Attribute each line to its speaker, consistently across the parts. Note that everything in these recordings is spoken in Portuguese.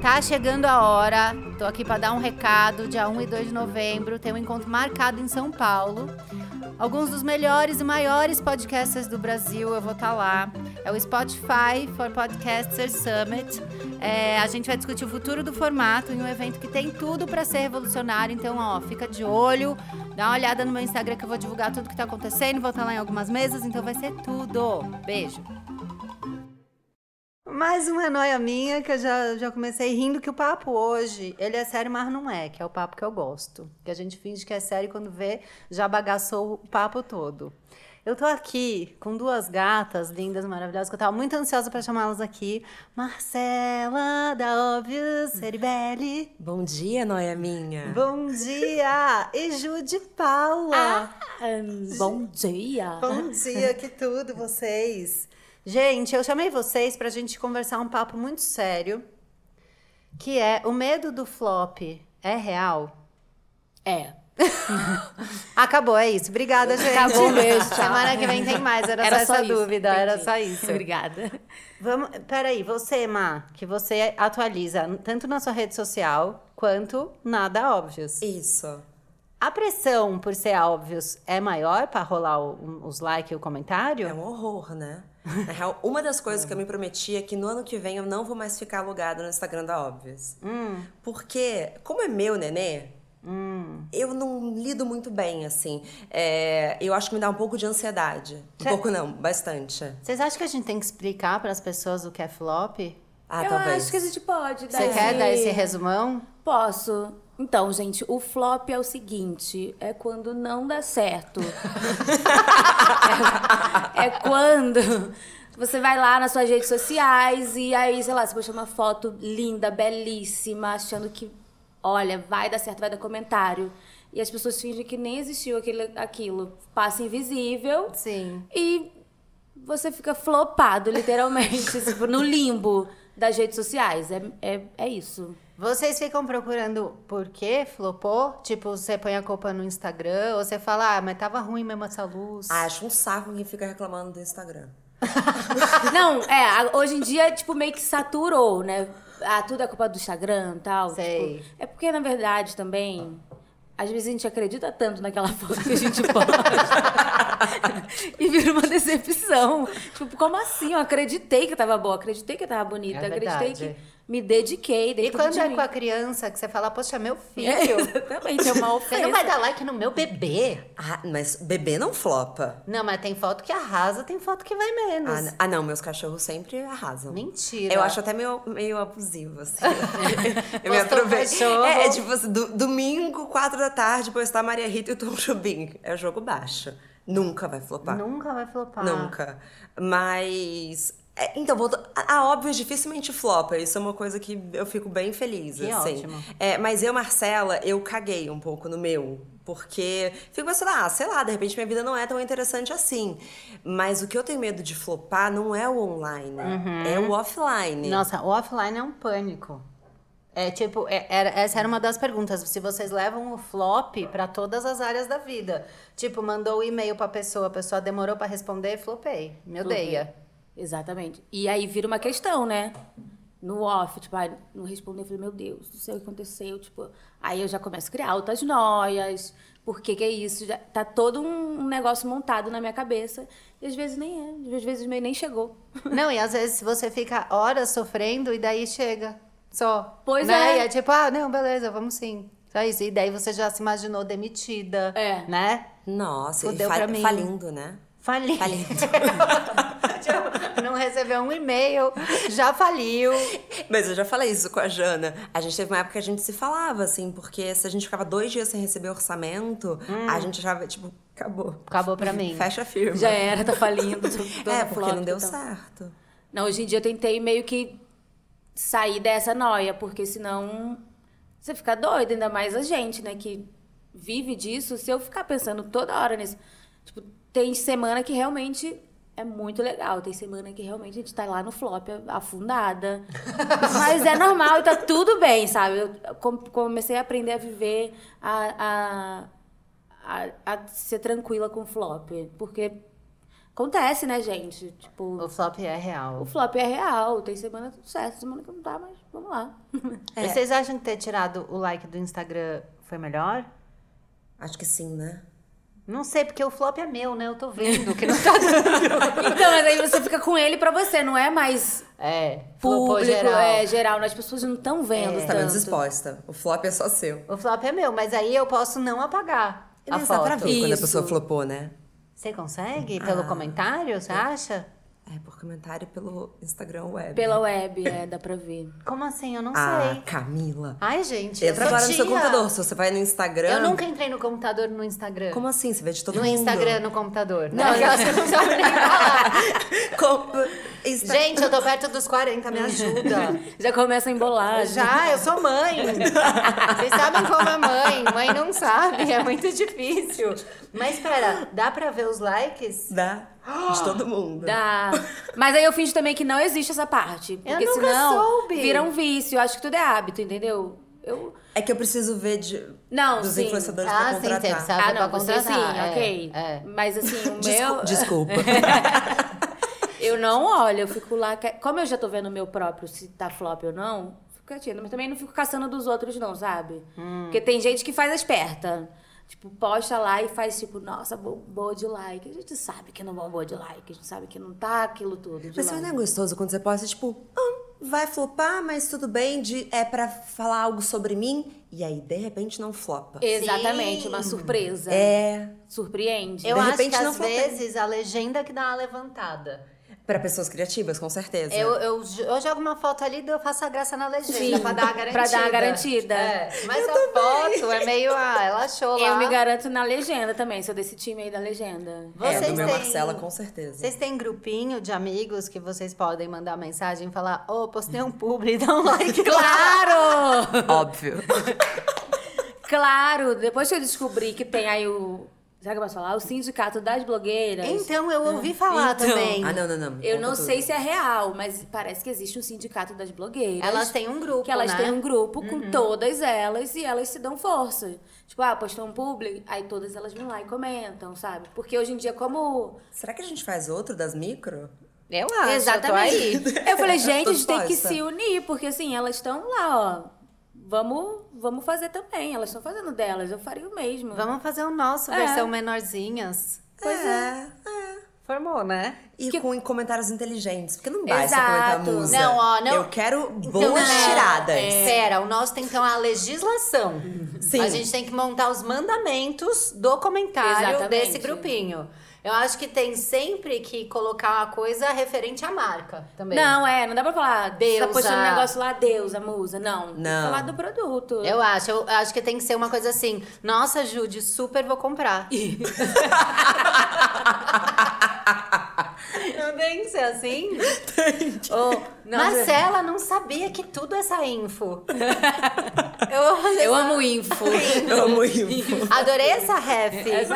Speaker 1: Tá chegando a hora, tô aqui pra dar um recado. Dia 1 e 2 de novembro tem um encontro marcado em São Paulo. Alguns dos melhores e maiores podcasters do Brasil, eu vou estar lá. É o Spotify for Podcasters Summit. É, a gente vai discutir o futuro do formato em um evento que tem tudo pra ser revolucionário. Então, ó, fica de olho, dá uma olhada no meu Instagram que eu vou divulgar tudo que tá acontecendo. Vou estar lá em algumas mesas, então vai ser tudo. Beijo. Mais uma noia minha que eu já, já comecei rindo que o papo hoje, ele é sério, mas não é, que é o papo que eu gosto. Que a gente finge que é sério e quando vê, já bagaçou o papo todo. Eu tô aqui com duas gatas lindas, maravilhosas, que eu tava muito ansiosa pra chamá-las aqui. Marcela da Óbvios Ceribelli.
Speaker 2: Bom dia, noia minha.
Speaker 1: Bom dia! E Ju de Paula.
Speaker 2: Bom dia.
Speaker 1: Bom dia, que tudo vocês. Gente, eu chamei vocês pra gente conversar um papo muito sério, que é o medo do flop é real?
Speaker 2: É.
Speaker 1: Acabou, é isso. Obrigada, gente.
Speaker 2: Acabou mesmo, tchau.
Speaker 1: Semana que vem tem mais, era,
Speaker 2: Era
Speaker 1: só,
Speaker 2: só
Speaker 1: essa
Speaker 2: isso,
Speaker 1: dúvida, era
Speaker 2: entendi.
Speaker 1: só isso.
Speaker 2: Obrigada.
Speaker 1: Vamos, peraí, você, Má, que você atualiza tanto na sua rede social quanto nada óbvios.
Speaker 2: Isso.
Speaker 1: A pressão por ser óbvios é maior pra rolar o- os likes e o comentário?
Speaker 2: É um horror, né? Na real, uma das coisas que eu me prometi é que no ano que vem eu não vou mais ficar alugada no Instagram da Óbvias.
Speaker 3: Hum.
Speaker 2: Porque, como é meu nenê,
Speaker 3: Hum.
Speaker 2: eu não lido muito bem, assim. É, eu acho que me dá um pouco de ansiedade. Um
Speaker 1: Cê-
Speaker 2: pouco não, bastante.
Speaker 1: Vocês acham que a gente tem que explicar pras pessoas o que é flop?
Speaker 2: Ah,
Speaker 3: eu
Speaker 2: talvez.
Speaker 3: acho que a gente pode.
Speaker 1: Você quer dar esse resumão?
Speaker 3: Posso. Então, gente, o flop é o seguinte: é quando não dá certo. é, é quando você vai lá nas suas redes sociais e aí, sei lá, você posta uma foto linda, belíssima, achando que, olha, vai dar certo, vai dar comentário. E as pessoas fingem que nem existiu aquele, aquilo. Passa invisível.
Speaker 1: Sim.
Speaker 3: E você fica flopado, literalmente, tipo, no limbo das redes sociais. É, é, é isso.
Speaker 1: Vocês ficam procurando por quê? Flopou? Tipo, você põe a culpa no Instagram, ou você fala, ah, mas tava ruim mesmo essa luz.
Speaker 2: Acho um saco quem fica reclamando do Instagram.
Speaker 3: Não, é, a- hoje em dia, tipo, meio que saturou, né? Ah, tudo é culpa do Instagram e tal.
Speaker 1: Sei.
Speaker 3: tipo. é porque, na verdade, também. Às vezes a gente acredita tanto naquela foto que a gente posta. e vira uma decepção. Tipo, como assim? Eu acreditei que tava boa, acreditei que tava bonita,
Speaker 1: É
Speaker 3: acreditei
Speaker 1: verdade.
Speaker 3: que me dediquei. dei
Speaker 1: e
Speaker 3: tudo
Speaker 1: quando
Speaker 3: de
Speaker 1: é
Speaker 3: mim.
Speaker 1: com a criança que você fala, poxa, meu
Speaker 3: É,
Speaker 1: filho,
Speaker 3: exatamente, é uma
Speaker 1: você
Speaker 3: ofensa.
Speaker 1: não vai dar like no meu bebê?
Speaker 2: Ah, mas bebê não flopa.
Speaker 1: Não, mas tem foto que arrasa, tem foto que vai menos.
Speaker 2: Ah, n- ah, não, meus cachorros sempre arrasam.
Speaker 1: Mentira.
Speaker 2: Eu acho até meio, meio abusivo, assim. eu me
Speaker 1: Postou
Speaker 2: aproveito.
Speaker 1: cachorro.
Speaker 2: É, é tipo assim, do- domingo, quatro da tarde, postar Maria Rita e o Tom Jobim. É jogo baixo. Nunca vai flopar.
Speaker 1: Nunca vai flopar.
Speaker 2: Nunca. Mas. é, então, voltou. A, a óbvio dificilmente flopa. Isso é uma coisa que eu fico bem feliz,
Speaker 1: Que
Speaker 2: assim.
Speaker 1: ótimo.
Speaker 2: É, mas eu, Marcela, eu caguei um pouco no meu. Porque fico pensando, ah, sei lá, de repente minha vida não é tão interessante assim. Mas o que eu tenho medo de flopar não é o online,
Speaker 1: Uhum.
Speaker 2: é o offline.
Speaker 1: Nossa, o offline é um pânico. É tipo, é- era- essa era uma das perguntas. Se vocês levam o flop pra todas as áreas da vida. Tipo, mandou o e-mail pra pessoa, a pessoa demorou pra responder, flopei. Me odeia.
Speaker 3: Exatamente. E aí vira uma questão, né? No off, tipo, ai, não respondeu, eu falei, meu Deus, não sei o que aconteceu, tipo, aí eu já começo a criar altas noias, por que que é isso? Já tá todo um um negócio montado na minha cabeça, e às vezes nem é, às vezes meio nem chegou.
Speaker 1: Não, e às vezes você fica horas sofrendo e daí chega. Só.
Speaker 3: Pois
Speaker 1: né?
Speaker 3: é.
Speaker 1: E é tipo, ah, não, beleza, vamos sim. Só isso. E daí você já se imaginou demitida.
Speaker 3: É.
Speaker 1: Né?
Speaker 2: Nossa, e
Speaker 1: Fudeu
Speaker 2: fa-
Speaker 1: pra mim.
Speaker 2: falindo, né?
Speaker 1: Falindo.
Speaker 2: Falindo.
Speaker 1: Não recebeu um e-mail, já faliu.
Speaker 2: Mas eu já falei isso com a Jana. A gente teve uma época que a gente se falava, assim, porque se a gente ficava dois dias sem receber orçamento, a gente achava, tipo, acabou.
Speaker 1: Acabou pra mim.
Speaker 2: Fecha a firma.
Speaker 3: Já era, tá falindo. tô- tô
Speaker 2: é,
Speaker 3: na
Speaker 2: porque
Speaker 3: flop,
Speaker 2: não deu
Speaker 3: então.
Speaker 2: certo.
Speaker 3: Não, hoje em dia eu tentei meio que sair dessa noia, porque senão você fica doido, ainda mais a gente, né, que vive disso. Se eu ficar pensando toda hora nisso, tipo, tem semana que realmente é muito legal, tem semana que realmente a gente tá lá no flop afundada. Mas é normal e tá tudo bem, sabe? Eu com- comecei a aprender a viver, a, a, a, a ser tranquila com o flop, porque acontece, né, gente? Tipo,
Speaker 1: O flop é real.
Speaker 3: o flop é real, tem semana tudo certo, semana que não tá, mas vamos lá. Então,
Speaker 2: É.
Speaker 1: Vocês acham que ter tirado o like do Instagram foi melhor?
Speaker 2: Acho que sim, né?
Speaker 1: Não sei, porque o flop é meu, né? Eu tô vendo que não tá
Speaker 3: então, mas aí você fica com ele pra você, não é mais
Speaker 1: É,
Speaker 3: público,
Speaker 1: público geral.
Speaker 3: é geral, É, né? As pessoas não estão vendo
Speaker 1: É.
Speaker 2: Você tá menos
Speaker 3: tanto.
Speaker 2: exposta. O flop é só seu.
Speaker 1: O flop é meu, mas aí eu posso não apagar
Speaker 2: E
Speaker 1: a
Speaker 2: nem dá pra
Speaker 1: foto.
Speaker 2: ver Ah. quando a
Speaker 3: Isso.
Speaker 2: pessoa flopou, né?
Speaker 1: Você consegue? Pelo comentário, você acha?
Speaker 2: É, por comentário pelo Instagram web.
Speaker 3: Pela web, é, dá pra ver.
Speaker 1: Como assim? Eu não
Speaker 2: Ah,
Speaker 1: sei.
Speaker 2: Camila.
Speaker 1: Ai, gente,
Speaker 2: Entra
Speaker 1: eu sou
Speaker 2: agora no seu
Speaker 1: tia.
Speaker 2: computador. Se você vai no Instagram.
Speaker 1: Eu nunca entrei no computador no Instagram.
Speaker 2: Como assim? Você vê de todo
Speaker 1: No
Speaker 2: mundo.
Speaker 1: Instagram, no computador. né? Não,
Speaker 2: Né?
Speaker 3: Não,
Speaker 1: você não sabe nem falar.
Speaker 2: Com... Insta-
Speaker 1: Gente, eu tô perto dos 40, me ajuda.
Speaker 3: Já começa a embolar.
Speaker 1: Já, eu sou mãe. Vocês sabem como é mãe. Mãe não sabe, é muito difícil. Mas pera, dá pra ver os likes?
Speaker 2: Dá. De todo mundo.
Speaker 3: Dá. Mas aí eu finjo também que não existe essa parte. Porque
Speaker 1: nunca
Speaker 3: senão
Speaker 1: soube.
Speaker 3: vira um vício. Eu acho que tudo é hábito, entendeu? Eu.
Speaker 2: É que eu preciso ver de...
Speaker 3: Não,
Speaker 2: dos
Speaker 3: sim.
Speaker 2: influenciadores
Speaker 1: Ah,
Speaker 2: pra
Speaker 1: sim,
Speaker 2: contratar.
Speaker 1: teve, sabe?
Speaker 3: ah, não,
Speaker 1: pra
Speaker 3: você sim,
Speaker 1: contratar, é,
Speaker 3: ok.
Speaker 1: é.
Speaker 3: Mas assim, o
Speaker 2: Descu-
Speaker 3: meu.
Speaker 2: Desculpa.
Speaker 3: Eu não olho, eu fico lá. que- Como eu já tô vendo o meu próprio, se tá flop ou não, fico quietinha. Mas também não fico caçando dos outros, não, sabe? Porque tem gente que faz a esperta. Tipo, posta lá e faz tipo, nossa, boa de like. A gente sabe que não bombou de like, a gente sabe que não tá aquilo tudo. De
Speaker 2: mas
Speaker 3: like.
Speaker 2: não é gostoso quando você posta, tipo... "Ah, vai flopar, mas tudo bem. De... É pra falar algo sobre mim. E aí, de repente, não flopa.
Speaker 3: Exatamente, uma surpresa.
Speaker 2: É...
Speaker 3: Surpreende.
Speaker 1: Eu
Speaker 2: De
Speaker 1: acho que
Speaker 2: repente, não
Speaker 1: às
Speaker 2: faltei.
Speaker 1: vezes a legenda que dá uma levantada.
Speaker 2: Pra pessoas criativas, com certeza.
Speaker 1: Eu, eu, jo- eu jogo uma foto ali e eu faço a graça na legenda
Speaker 3: Sim,
Speaker 1: pra dar a garantida.
Speaker 3: pra dar a garantida.
Speaker 1: É, mas a foto é meio, ah, ela achou lá.
Speaker 3: Eu me garanto na legenda também, sou desse time aí da legenda.
Speaker 2: É,
Speaker 1: Vocês
Speaker 2: do meu
Speaker 1: têm-
Speaker 2: Marcela, com certeza.
Speaker 1: Vocês têm grupinho de amigos que vocês podem mandar mensagem e falar, ô, postei um publi, dá um like lá.
Speaker 3: Claro!
Speaker 2: Óbvio.
Speaker 3: Claro, depois que eu descobri que tem aí o. Será que eu posso falar? O Sindicato das Blogueiras.
Speaker 1: Então, eu ouvi falar
Speaker 3: Então.
Speaker 1: também.
Speaker 2: Ah, não, não, não. me
Speaker 3: eu
Speaker 2: conta
Speaker 3: não
Speaker 2: tudo.
Speaker 3: sei se é real, mas parece que existe um Sindicato das Blogueiras.
Speaker 1: Elas têm um grupo,
Speaker 3: Que elas
Speaker 1: né?
Speaker 3: têm um grupo com
Speaker 2: Uhum.
Speaker 3: todas elas e elas se dão força. Tipo, ah, postou um public, aí todas elas vão lá e comentam, sabe? Porque hoje em dia, como.
Speaker 2: Será que a gente faz outro das micro?
Speaker 1: Eu acho, eu tô aí.
Speaker 3: Eu falei, gente, a gente tem que
Speaker 2: Disposta.
Speaker 3: se unir, porque assim, elas estão lá, ó. Vamos, vamos fazer também. Elas estão fazendo delas, eu faria o mesmo.
Speaker 1: Vamos fazer o nosso,
Speaker 3: É.
Speaker 1: versão menorzinhas.
Speaker 2: Pois é.
Speaker 1: Formou, né?
Speaker 2: E com comentários inteligentes, porque não
Speaker 3: Exato.
Speaker 2: basta comentar musa.
Speaker 1: Não, ó, não-
Speaker 2: Eu quero boas
Speaker 1: Então, não,
Speaker 2: tiradas.
Speaker 1: é. Pera, o nosso tem então a legislação.
Speaker 2: Sim.
Speaker 1: A gente tem que montar os mandamentos do comentário
Speaker 3: Exatamente.
Speaker 1: desse grupinho. Eu acho que tem sempre que colocar uma coisa referente à marca também.
Speaker 3: Não, é, não dá pra falar, Deus.
Speaker 1: Deusa.
Speaker 3: Tá postando um negócio lá, Deus, a musa. Não. Tem que
Speaker 2: Não.
Speaker 3: Falar do produto.
Speaker 1: Eu acho, eu acho que tem que ser uma coisa assim. Nossa, Jude, super vou comprar. não tem que ser assim?
Speaker 3: Ou, não,
Speaker 1: Marcela não sabia que tudo é essa info. eu,
Speaker 3: é. eu amo info.
Speaker 2: Eu amo isso.
Speaker 1: Adorei essa ref.
Speaker 3: Essa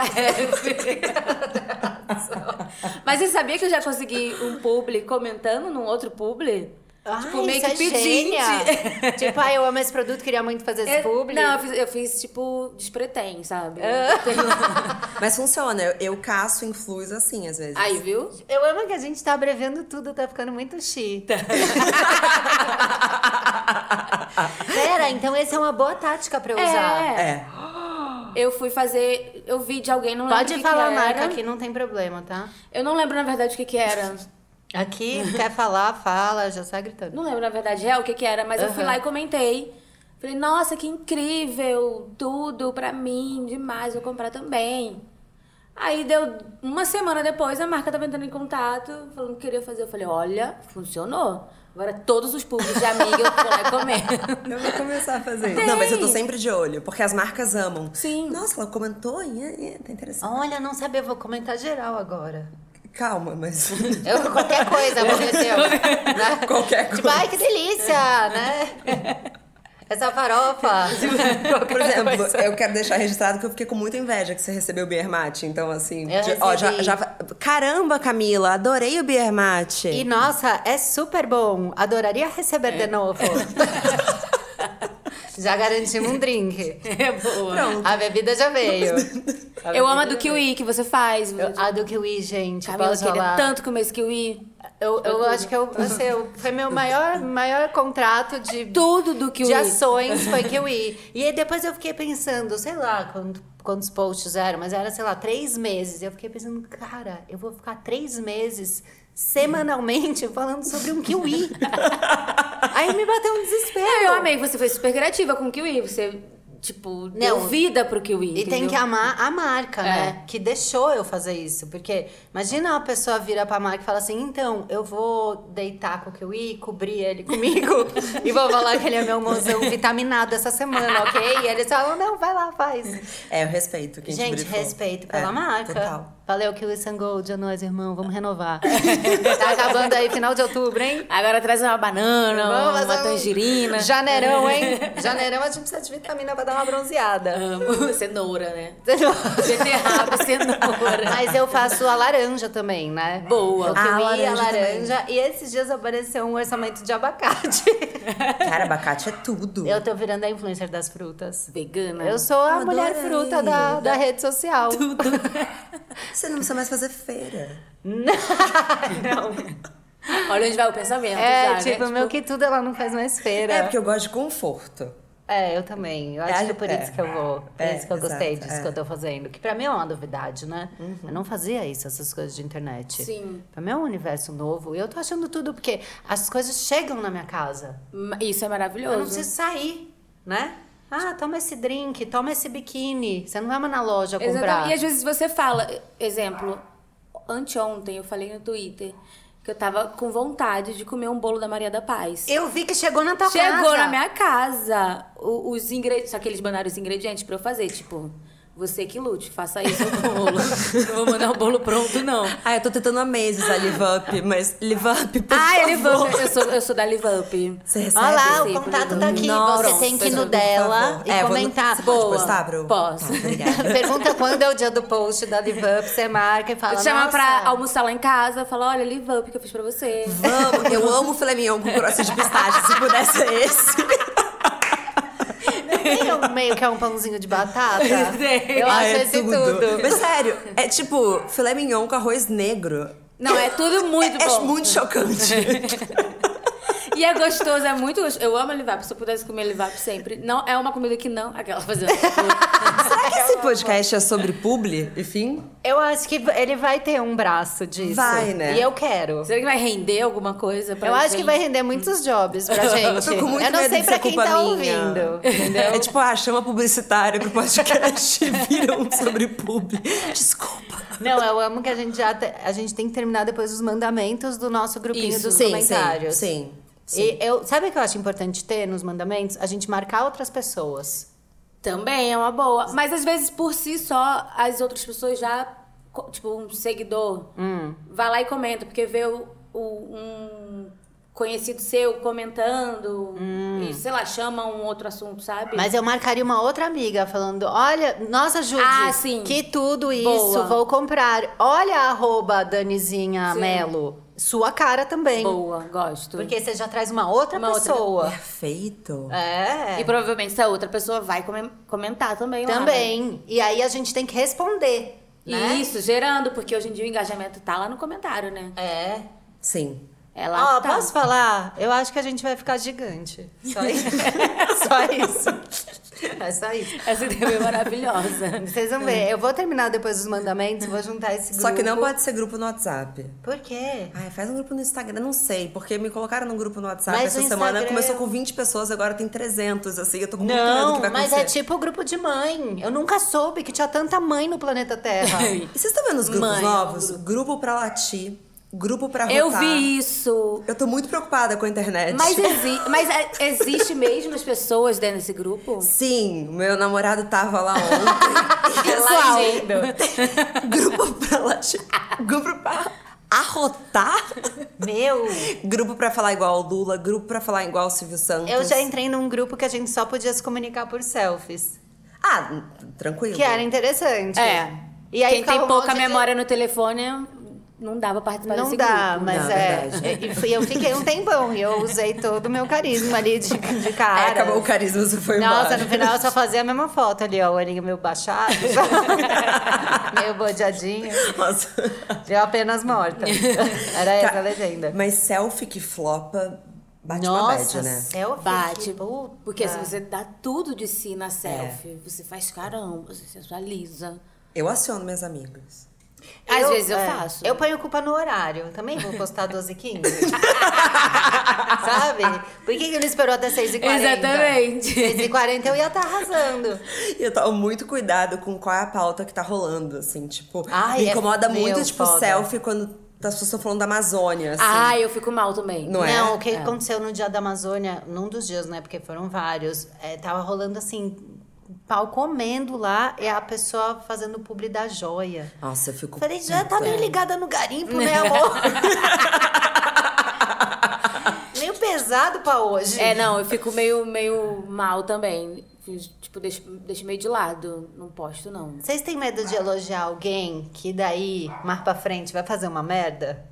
Speaker 3: Mas você sabia que eu já consegui um publi comentando num outro publi?
Speaker 1: Ai,
Speaker 3: tipo, meio
Speaker 1: isso
Speaker 3: que
Speaker 1: é
Speaker 3: pedindo.
Speaker 1: gênia. tipo, ah, eu amo esse produto, queria muito fazer esse publi.
Speaker 3: Não, eu fiz, eu fiz, tipo despretém, sabe?
Speaker 2: Mas funciona, eu, eu caço influx assim, às vezes.
Speaker 3: Aí, viu?
Speaker 1: Eu amo que a gente tá abreviando tudo, tá ficando muito chique. Pera, então essa é uma boa tática pra eu usar.
Speaker 3: É.
Speaker 2: É.
Speaker 3: Eu fui fazer. Eu vi de alguém, não lembro. o
Speaker 1: Pode
Speaker 3: que
Speaker 1: falar a
Speaker 3: que
Speaker 1: marca
Speaker 3: era.
Speaker 1: aqui, não tem problema, tá?
Speaker 3: Eu não lembro, na verdade, o que, que era.
Speaker 1: Aqui, quer falar, fala, já sai gritando.
Speaker 3: Não lembro, na verdade, é o que que era, mas eu fui
Speaker 1: Aham.
Speaker 3: lá e comentei. Falei, nossa, que incrível, tudo pra mim, demais, vou comprar também. Aí deu uma semana depois, a marca tava entrando em contato, falando que queria fazer. Eu falei, olha, funcionou. Agora todos os públicos de amiga eu vou lá e comer.
Speaker 1: Eu vou começar a fazer isso.
Speaker 3: Tem.
Speaker 2: Não, mas eu tô sempre de olho, porque as marcas amam.
Speaker 3: Sim.
Speaker 2: Nossa, ela comentou, e, e, tá interessante.
Speaker 1: Olha, não sabia, vou comentar geral agora.
Speaker 2: Calma, mas.
Speaker 1: Eu, qualquer coisa aconteceu. né?
Speaker 2: Qualquer
Speaker 1: Tipo,
Speaker 2: coisa.
Speaker 1: ai, que delícia, né? Essa farofa.
Speaker 2: Por exemplo,
Speaker 1: é.
Speaker 2: eu quero deixar registrado que eu fiquei com muita inveja que você recebeu o Beer Mate. Então, assim,
Speaker 1: Eu
Speaker 2: de- ó, já,
Speaker 1: recebi.
Speaker 2: já. Caramba, Camila, adorei o Beer Mate.
Speaker 1: E nossa, é super bom. Adoraria receber de
Speaker 3: É.
Speaker 1: novo. já garantimos um drink.
Speaker 3: É boa.
Speaker 1: A bebida já veio.
Speaker 3: Eu amo a do kiwi que você faz.
Speaker 1: A do Kiwi, gente,
Speaker 3: Camila
Speaker 1: posso
Speaker 3: queria
Speaker 1: falar?
Speaker 3: tanto comer esse kiwi.
Speaker 1: Eu, eu acho que eu, assim, eu- foi meu maior, maior contrato de,
Speaker 3: Tudo do kiwi.
Speaker 1: de ações foi Kiwi. E aí depois eu fiquei pensando, sei lá quant- quantos posts eram, mas era, sei lá, três meses. Eu fiquei pensando, cara, eu vou ficar três meses semanalmente falando sobre um Kiwi. aí me bateu um desespero.
Speaker 3: É, eu amei. Você foi super criativa com o kiwi. Você, tipo, deu
Speaker 1: Não.
Speaker 3: vida pro kiwi.
Speaker 1: E tem
Speaker 3: entendeu?
Speaker 1: que amar a marca, né? Que deixou eu fazer isso. Porque imagina uma pessoa vira pra marca e fala assim: então, eu vou deitar com o Kiwi, cobrir ele comigo e vou falar que ele é meu mozão vitaminado essa semana, ok? E eles falam: não, vai lá, faz.
Speaker 2: É, eu respeito quem te
Speaker 1: Gente,
Speaker 2: brifou.
Speaker 1: respeito pela
Speaker 2: É,
Speaker 1: marca.
Speaker 2: Total.
Speaker 1: Valeu, Kiwi Sangold, é nóis, irmão, vamos renovar. tá acabando aí, final de outubro, hein?
Speaker 3: Agora traz uma banana,
Speaker 1: Vamos
Speaker 3: uma,
Speaker 1: fazer um
Speaker 3: tangerina.
Speaker 1: Janeirão, hein? Janeirão a gente precisa de vitamina pra dar uma bronzeada.
Speaker 3: Amo. Cenoura, né?
Speaker 1: Entendeu?
Speaker 3: Beterraba, cenoura.
Speaker 1: Mas eu faço a laranja também, né?
Speaker 3: Boa.
Speaker 1: O kiwi,
Speaker 2: Ah,
Speaker 1: a laranja.
Speaker 2: a laranja
Speaker 1: E esses dias apareceu um orçamento de abacate.
Speaker 2: Cara, abacate é tudo.
Speaker 1: eu tô virando a influencer das frutas.
Speaker 2: Ah.
Speaker 3: Vegana.
Speaker 1: Eu sou a
Speaker 2: Eu
Speaker 1: mulher
Speaker 2: adorei.
Speaker 1: fruta da, da rede social.
Speaker 2: Você não precisa mais fazer feira.
Speaker 3: Olha onde vai o pensamento. já,
Speaker 1: É,
Speaker 3: né?
Speaker 1: tipo, meu que tudo ela não faz mais feira.
Speaker 2: É, porque eu gosto de conforto.
Speaker 1: É, eu também. Eu
Speaker 2: É,
Speaker 1: acho que é por
Speaker 2: é.
Speaker 1: isso que eu vou. Por
Speaker 2: É,
Speaker 1: isso que eu
Speaker 2: exato,
Speaker 1: gostei disso
Speaker 2: é. Uhum.
Speaker 1: que eu tô fazendo. Que pra mim é uma novidade, né? Eu não fazia isso, essas coisas de internet.
Speaker 3: Sim.
Speaker 1: Pra mim é um universo novo. E eu tô achando tudo, porque as coisas chegam na minha casa.
Speaker 3: Ma- Isso é maravilhoso.
Speaker 1: Eu não preciso sair, né? Ah, toma esse drink, toma esse biquíni. Você não vai mais na loja comprar.
Speaker 3: Exatamente. E às vezes você fala, exemplo, anteontem eu falei no Twitter que eu tava com vontade de comer um bolo da Maria da Paz.
Speaker 1: Eu vi que chegou na tua
Speaker 3: Chegou
Speaker 1: casa.
Speaker 3: na minha casa o- os ingredientes. Só que eles mandaram os ingredientes pra eu fazer, tipo. Você que lute, faça isso com o bolo. não vou mandar o bolo pronto, não.
Speaker 2: Ah, eu tô tentando há meses a Live Up, mas Live Up, por
Speaker 3: Ah, ele
Speaker 2: favor.
Speaker 3: Eu sou, eu sou da Live Up.
Speaker 2: Você recebe?
Speaker 1: Olha lá, o
Speaker 3: Sim,
Speaker 1: contato
Speaker 3: por
Speaker 1: tá aqui.
Speaker 2: Não,
Speaker 1: Você
Speaker 2: não,
Speaker 1: tem que ir no
Speaker 2: por favor.
Speaker 1: dela e
Speaker 2: É, vou-
Speaker 1: comentar.
Speaker 2: Você pode
Speaker 3: Boa.
Speaker 2: postar, Bru?
Speaker 3: Posso.
Speaker 2: Tá, obrigada.
Speaker 1: Pergunta quando é o dia do post da Live Up, você marca e fala.
Speaker 3: Eu te chamar
Speaker 1: "Nossa,
Speaker 3: pra almoçar lá em casa, falar, olha, Live Up que eu fiz pra você.
Speaker 2: Vamos, eu amo filé mignon com crosta de pistache, se pudesse é esse.
Speaker 1: Tem um meio que é um pãozinho de batata. Eu
Speaker 2: Ah,
Speaker 1: acho
Speaker 2: é
Speaker 1: esse tudo.
Speaker 2: Mas sério, é tipo filé mignon com arroz negro.
Speaker 3: Não, é tudo muito
Speaker 2: é,
Speaker 3: bom.
Speaker 2: É muito chocante.
Speaker 3: E é gostoso, é muito gostoso. Eu amo livap, se eu pudesse comer livap sempre. Não, é uma comida que não, aquela fazendo.
Speaker 2: Será que esse podcast é sobre publi, enfim?
Speaker 1: Eu acho que ele vai ter um braço disso.
Speaker 2: Vai, né?
Speaker 1: E eu quero.
Speaker 3: Será que vai render alguma coisa pra
Speaker 1: Eu acho que
Speaker 3: gente?
Speaker 1: vai render muitos jobs pra
Speaker 2: Eu
Speaker 1: gente.
Speaker 2: tô com muito
Speaker 1: eu não
Speaker 2: medo
Speaker 1: sei
Speaker 2: de
Speaker 1: pra
Speaker 2: ser
Speaker 1: quem
Speaker 2: culpa
Speaker 1: tá
Speaker 2: minha.
Speaker 1: ouvindo.
Speaker 2: É tipo, ah, chama publicitária pro podcast e viram sobre publi. Desculpa.
Speaker 1: Não, eu amo que a gente já te- a gente tem que terminar depois os mandamentos do nosso grupinho
Speaker 3: Isso.
Speaker 1: dos
Speaker 3: Sim,
Speaker 1: comentários.
Speaker 2: Sim, sim.
Speaker 1: E eu, sabe o que eu acho importante ter nos mandamentos? A gente marcar outras pessoas.
Speaker 3: Também é uma boa. Mas às vezes, por si só, as outras pessoas já... co- Tipo, um seguidor
Speaker 1: Hum.
Speaker 3: vai lá e comenta, porque vê o, o- um conhecido seu comentando e, sei lá, chama um outro assunto, sabe?
Speaker 1: Hum. Mas eu marcaria uma outra amiga falando: olha, nossa, Judy,
Speaker 3: Ah, sim.
Speaker 1: que tudo isso,
Speaker 3: Boa.
Speaker 1: vou comprar. Olha a arroba Danizinha Melo. Sua cara também.
Speaker 3: Boa, gosto.
Speaker 1: Porque você já traz uma outra
Speaker 3: Uma outra-
Speaker 1: pessoa.
Speaker 2: Perfeito.
Speaker 1: É.
Speaker 3: E provavelmente essa outra pessoa vai come- comentar também lá, né?
Speaker 1: Também. E aí a gente tem que responder. Né?
Speaker 3: Isso, gerando, porque hoje em dia o engajamento tá lá no comentário, né?
Speaker 1: É.
Speaker 2: Sim.
Speaker 3: É lá
Speaker 1: Ó,
Speaker 3: que tá.
Speaker 1: posso falar? Eu acho que a gente vai ficar gigante. Só isso. Só isso. É só isso.
Speaker 3: Essa ideia é maravilhosa.
Speaker 1: Vocês vão ver. Eu vou terminar depois dos mandamentos, vou juntar esse grupo.
Speaker 2: Só que não pode ser grupo no WhatsApp.
Speaker 1: Por quê?
Speaker 2: Ai, faz um grupo no Instagram, não sei, porque me colocaram num grupo no WhatsApp
Speaker 1: Mas
Speaker 2: essa
Speaker 1: o
Speaker 2: semana,
Speaker 1: Instagram-
Speaker 2: começou com 20 pessoas, agora tem 300, assim, eu tô com muito medo do que
Speaker 1: Não,
Speaker 2: vai
Speaker 1: mas
Speaker 2: acontecer.
Speaker 1: é tipo o grupo de mãe. Eu nunca soube que tinha tanta mãe no planeta Terra.
Speaker 2: E vocês estão vendo os grupos
Speaker 3: Mãe, é um
Speaker 2: novos? Grupo pra latir, grupo pra
Speaker 3: Eu
Speaker 2: votar.
Speaker 3: vi isso.
Speaker 2: Eu tô muito preocupada com a internet.
Speaker 3: Mas, exi mas é, existe mesmo as pessoas dentro desse grupo?
Speaker 2: Sim, meu namorado tava lá ontem. Pessoal, grupo pra latir, grupo pra arrotar,
Speaker 1: Meu,
Speaker 2: grupo pra falar igual o Lula, grupo pra falar igual o Silvio Santos.
Speaker 1: eu já entrei num grupo que a gente só podia se comunicar por selfies.
Speaker 2: Ah, tranquilo.
Speaker 1: Que era interessante.
Speaker 3: É.
Speaker 1: E aí
Speaker 3: Quem
Speaker 1: ficava
Speaker 3: tem
Speaker 1: um monte
Speaker 3: pouca
Speaker 1: de-
Speaker 3: memória no telefone não dá pra participar
Speaker 1: Não
Speaker 3: desse
Speaker 1: dá,
Speaker 3: grupo.
Speaker 1: mas
Speaker 2: Não,
Speaker 1: é.
Speaker 2: verdade.
Speaker 1: E fui- eu fiquei um tempão e eu usei todo o meu carisma ali de, de cara.
Speaker 2: Aí acabou o carisma, você foi embora.
Speaker 1: Nossa, no final eu só fazia a mesma foto ali, ó. O olhinho meio baixado, sabe? meio bodeadinho.
Speaker 2: Nossa.
Speaker 1: Eu apenas morta. Era essa a legenda.
Speaker 2: Mas selfie que flopa, Tá. bate uma
Speaker 1: Nossa,
Speaker 2: bad, né?
Speaker 3: é
Speaker 1: selfie.
Speaker 3: Bate.
Speaker 1: que puta.
Speaker 3: Porque se você dá tudo de si
Speaker 1: É.
Speaker 3: na selfie, você faz caramba, você sensualiza.
Speaker 2: Eu aciono minhas amigas.
Speaker 3: Às vezes eu faço.
Speaker 1: é, Eu ponho culpa no horário. Também vou postar 12 h 15 Sabe? Por que, que ele esperou até 6h40?
Speaker 3: Exatamente.
Speaker 1: 6h40 eu ia estar arrasando.
Speaker 2: E eu tomo muito cuidado com qual é a pauta que tá rolando, assim, tipo,
Speaker 1: Ai,
Speaker 2: me
Speaker 1: é
Speaker 2: incomoda
Speaker 1: meu,
Speaker 2: muito, tipo,
Speaker 1: foda.
Speaker 2: selfie quando as pessoas estão falando da Amazônia, assim.
Speaker 3: Ah, eu fico mal também.
Speaker 2: Não é?
Speaker 1: Não, o que aconteceu no dia da Amazônia, num dos dias, né? Porque foram vários, é, tava rolando assim, pau comendo lá, e a pessoa fazendo publi da joia.
Speaker 2: Nossa, eu fico.
Speaker 1: Falei, já
Speaker 2: Então.
Speaker 1: tá meio ligada no garimpo, né, amor? meio pesado pra hoje.
Speaker 3: É, não, eu fico meio, meio mal também. Fiz, Tipo, deixo, deixo meio de lado. Não posto, não.
Speaker 1: Vocês têm medo de elogiar alguém que daí, mais pra frente, vai fazer uma merda?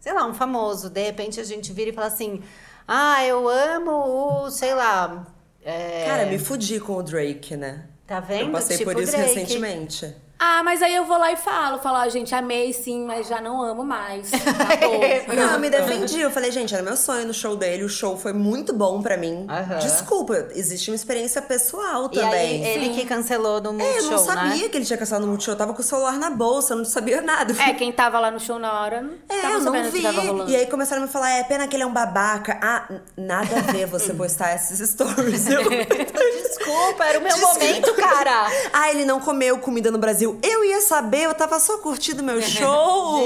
Speaker 1: Sei lá, um famoso. De repente a gente vira e fala assim: Ah, eu amo o, sei lá. é,
Speaker 2: Cara, me fudi com o Drake, né?
Speaker 1: Tá vendo?
Speaker 2: Eu passei
Speaker 1: Tipo
Speaker 2: por isso
Speaker 1: Drake.
Speaker 2: recentemente.
Speaker 3: Ah, mas aí eu vou lá e falo. Falo, ó, gente, amei sim, mas já não amo mais. Tá Acabou.
Speaker 2: Não, eu me defendi. Eu falei, gente, era meu sonho no show dele. O show foi muito bom pra mim.
Speaker 1: Aham.
Speaker 2: Desculpa, existe uma experiência pessoal
Speaker 1: E aí,
Speaker 2: também.
Speaker 1: ele que cancelou no
Speaker 2: É, eu
Speaker 1: Multishow,
Speaker 2: não sabia
Speaker 1: né?
Speaker 2: que ele tinha cancelado no Multishow. Eu tava com o celular na bolsa, eu não sabia nada.
Speaker 3: É, quem tava lá no show na hora não
Speaker 2: É,
Speaker 3: tava
Speaker 2: eu
Speaker 3: sabendo
Speaker 2: não
Speaker 3: o que tava rolando.
Speaker 2: vi. E aí começaram a me falar, é pena que ele é um babaca. Ah, n- nada a ver você postar esses stories. Eu... "Então,
Speaker 1: Desculpa, era É o meu
Speaker 2: Desculpa.
Speaker 1: momento, cara.
Speaker 2: ah, ele não comeu comida no Brasil. Eu ia saber, eu tava só curtindo meu show.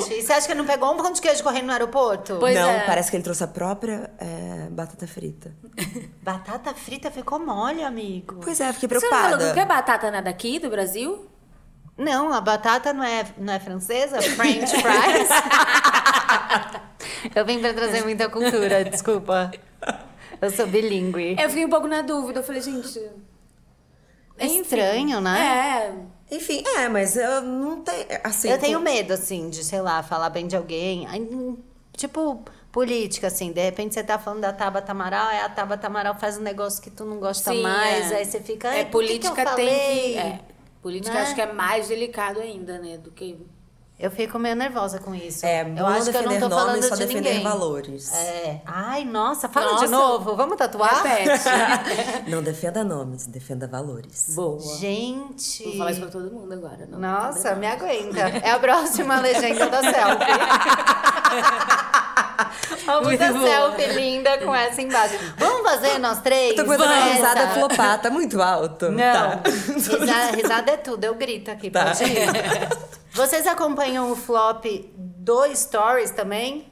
Speaker 1: Gente, e você acha que ele não pegou um pão de queijo correndo no aeroporto?
Speaker 3: Pois
Speaker 2: não,
Speaker 3: é.
Speaker 2: parece que ele trouxe a própria é, batata frita.
Speaker 1: Batata frita ficou mole, amigo.
Speaker 2: Pois é, fiquei
Speaker 3: Você não falou
Speaker 2: preocupada.
Speaker 3: que não quer batata né, daqui, do Brasil?
Speaker 1: Não, a batata não é, não é francesa? French fries. eu vim pra trazer muita cultura, desculpa. Eu sou bilíngue.
Speaker 3: Eu fiquei um pouco na dúvida. Eu falei, gente.
Speaker 1: É
Speaker 3: enfim.
Speaker 1: estranho, né?
Speaker 3: É.
Speaker 2: Enfim, é, mas eu não tenho. Assim,
Speaker 1: Eu tenho
Speaker 2: com-
Speaker 1: medo, assim, de, sei lá, falar bem de alguém. Ai, hum, Tipo, política, assim. De repente você tá falando da Tabata Amaral, aí a Tabata Amaral faz um negócio que tu não gosta
Speaker 3: Sim,
Speaker 1: mais,
Speaker 3: é.
Speaker 1: aí você fica.
Speaker 3: É,
Speaker 1: "Ai, por que que
Speaker 3: política
Speaker 1: eu
Speaker 3: tem que.
Speaker 1: falei?"
Speaker 3: É, política
Speaker 1: Né?
Speaker 3: acho que é mais delicado ainda, né? Do que.
Speaker 1: Eu fico meio nervosa com isso.
Speaker 2: É,
Speaker 1: eu
Speaker 2: não
Speaker 1: acho que eu não
Speaker 2: defender
Speaker 1: tô
Speaker 2: nome,
Speaker 1: falando
Speaker 2: só
Speaker 1: de
Speaker 2: defender
Speaker 1: ninguém.
Speaker 2: valores.
Speaker 1: É. Ai, nossa, fala
Speaker 3: Nossa.
Speaker 1: de novo. Vamos tatuar?
Speaker 3: Repete.
Speaker 2: Não defenda nomes, defenda valores.
Speaker 3: Boa.
Speaker 1: Gente.
Speaker 3: Vou falar isso pra todo mundo agora. Não,
Speaker 1: Nossa, me aguenta. É a próxima legenda da selfie.
Speaker 3: Muito
Speaker 1: Muita
Speaker 3: boa.
Speaker 1: selfie linda com essa embaixo. Vamos fazer nós três?
Speaker 2: Tô começando a
Speaker 1: Essa?
Speaker 2: risada flopar, tá muito alto.
Speaker 1: Não,
Speaker 2: Tá.
Speaker 1: risada, risada é tudo, eu grito aqui,
Speaker 2: Tá.
Speaker 1: pode ir. Vocês acompanham o flop do Stories também?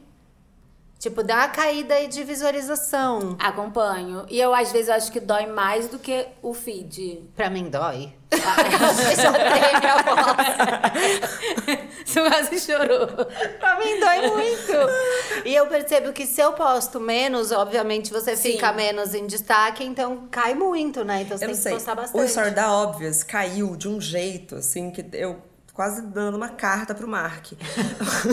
Speaker 1: Tipo, dá uma caída aí de visualização.
Speaker 3: Acompanho. E eu, às vezes, acho que dói mais do que o feed.
Speaker 1: Pra mim dói. Eu já dei minha voz.
Speaker 3: Você quase chorou.
Speaker 1: Pra mim dói muito. E eu percebo que se eu posto menos, obviamente você
Speaker 3: Sim.
Speaker 1: fica menos em destaque, então cai muito, né? Então você
Speaker 2: Eu não
Speaker 1: tem que
Speaker 2: sei.
Speaker 1: postar bastante.
Speaker 2: O story da Obvious caiu de um jeito, assim, que eu quase dando uma carta pro Mark.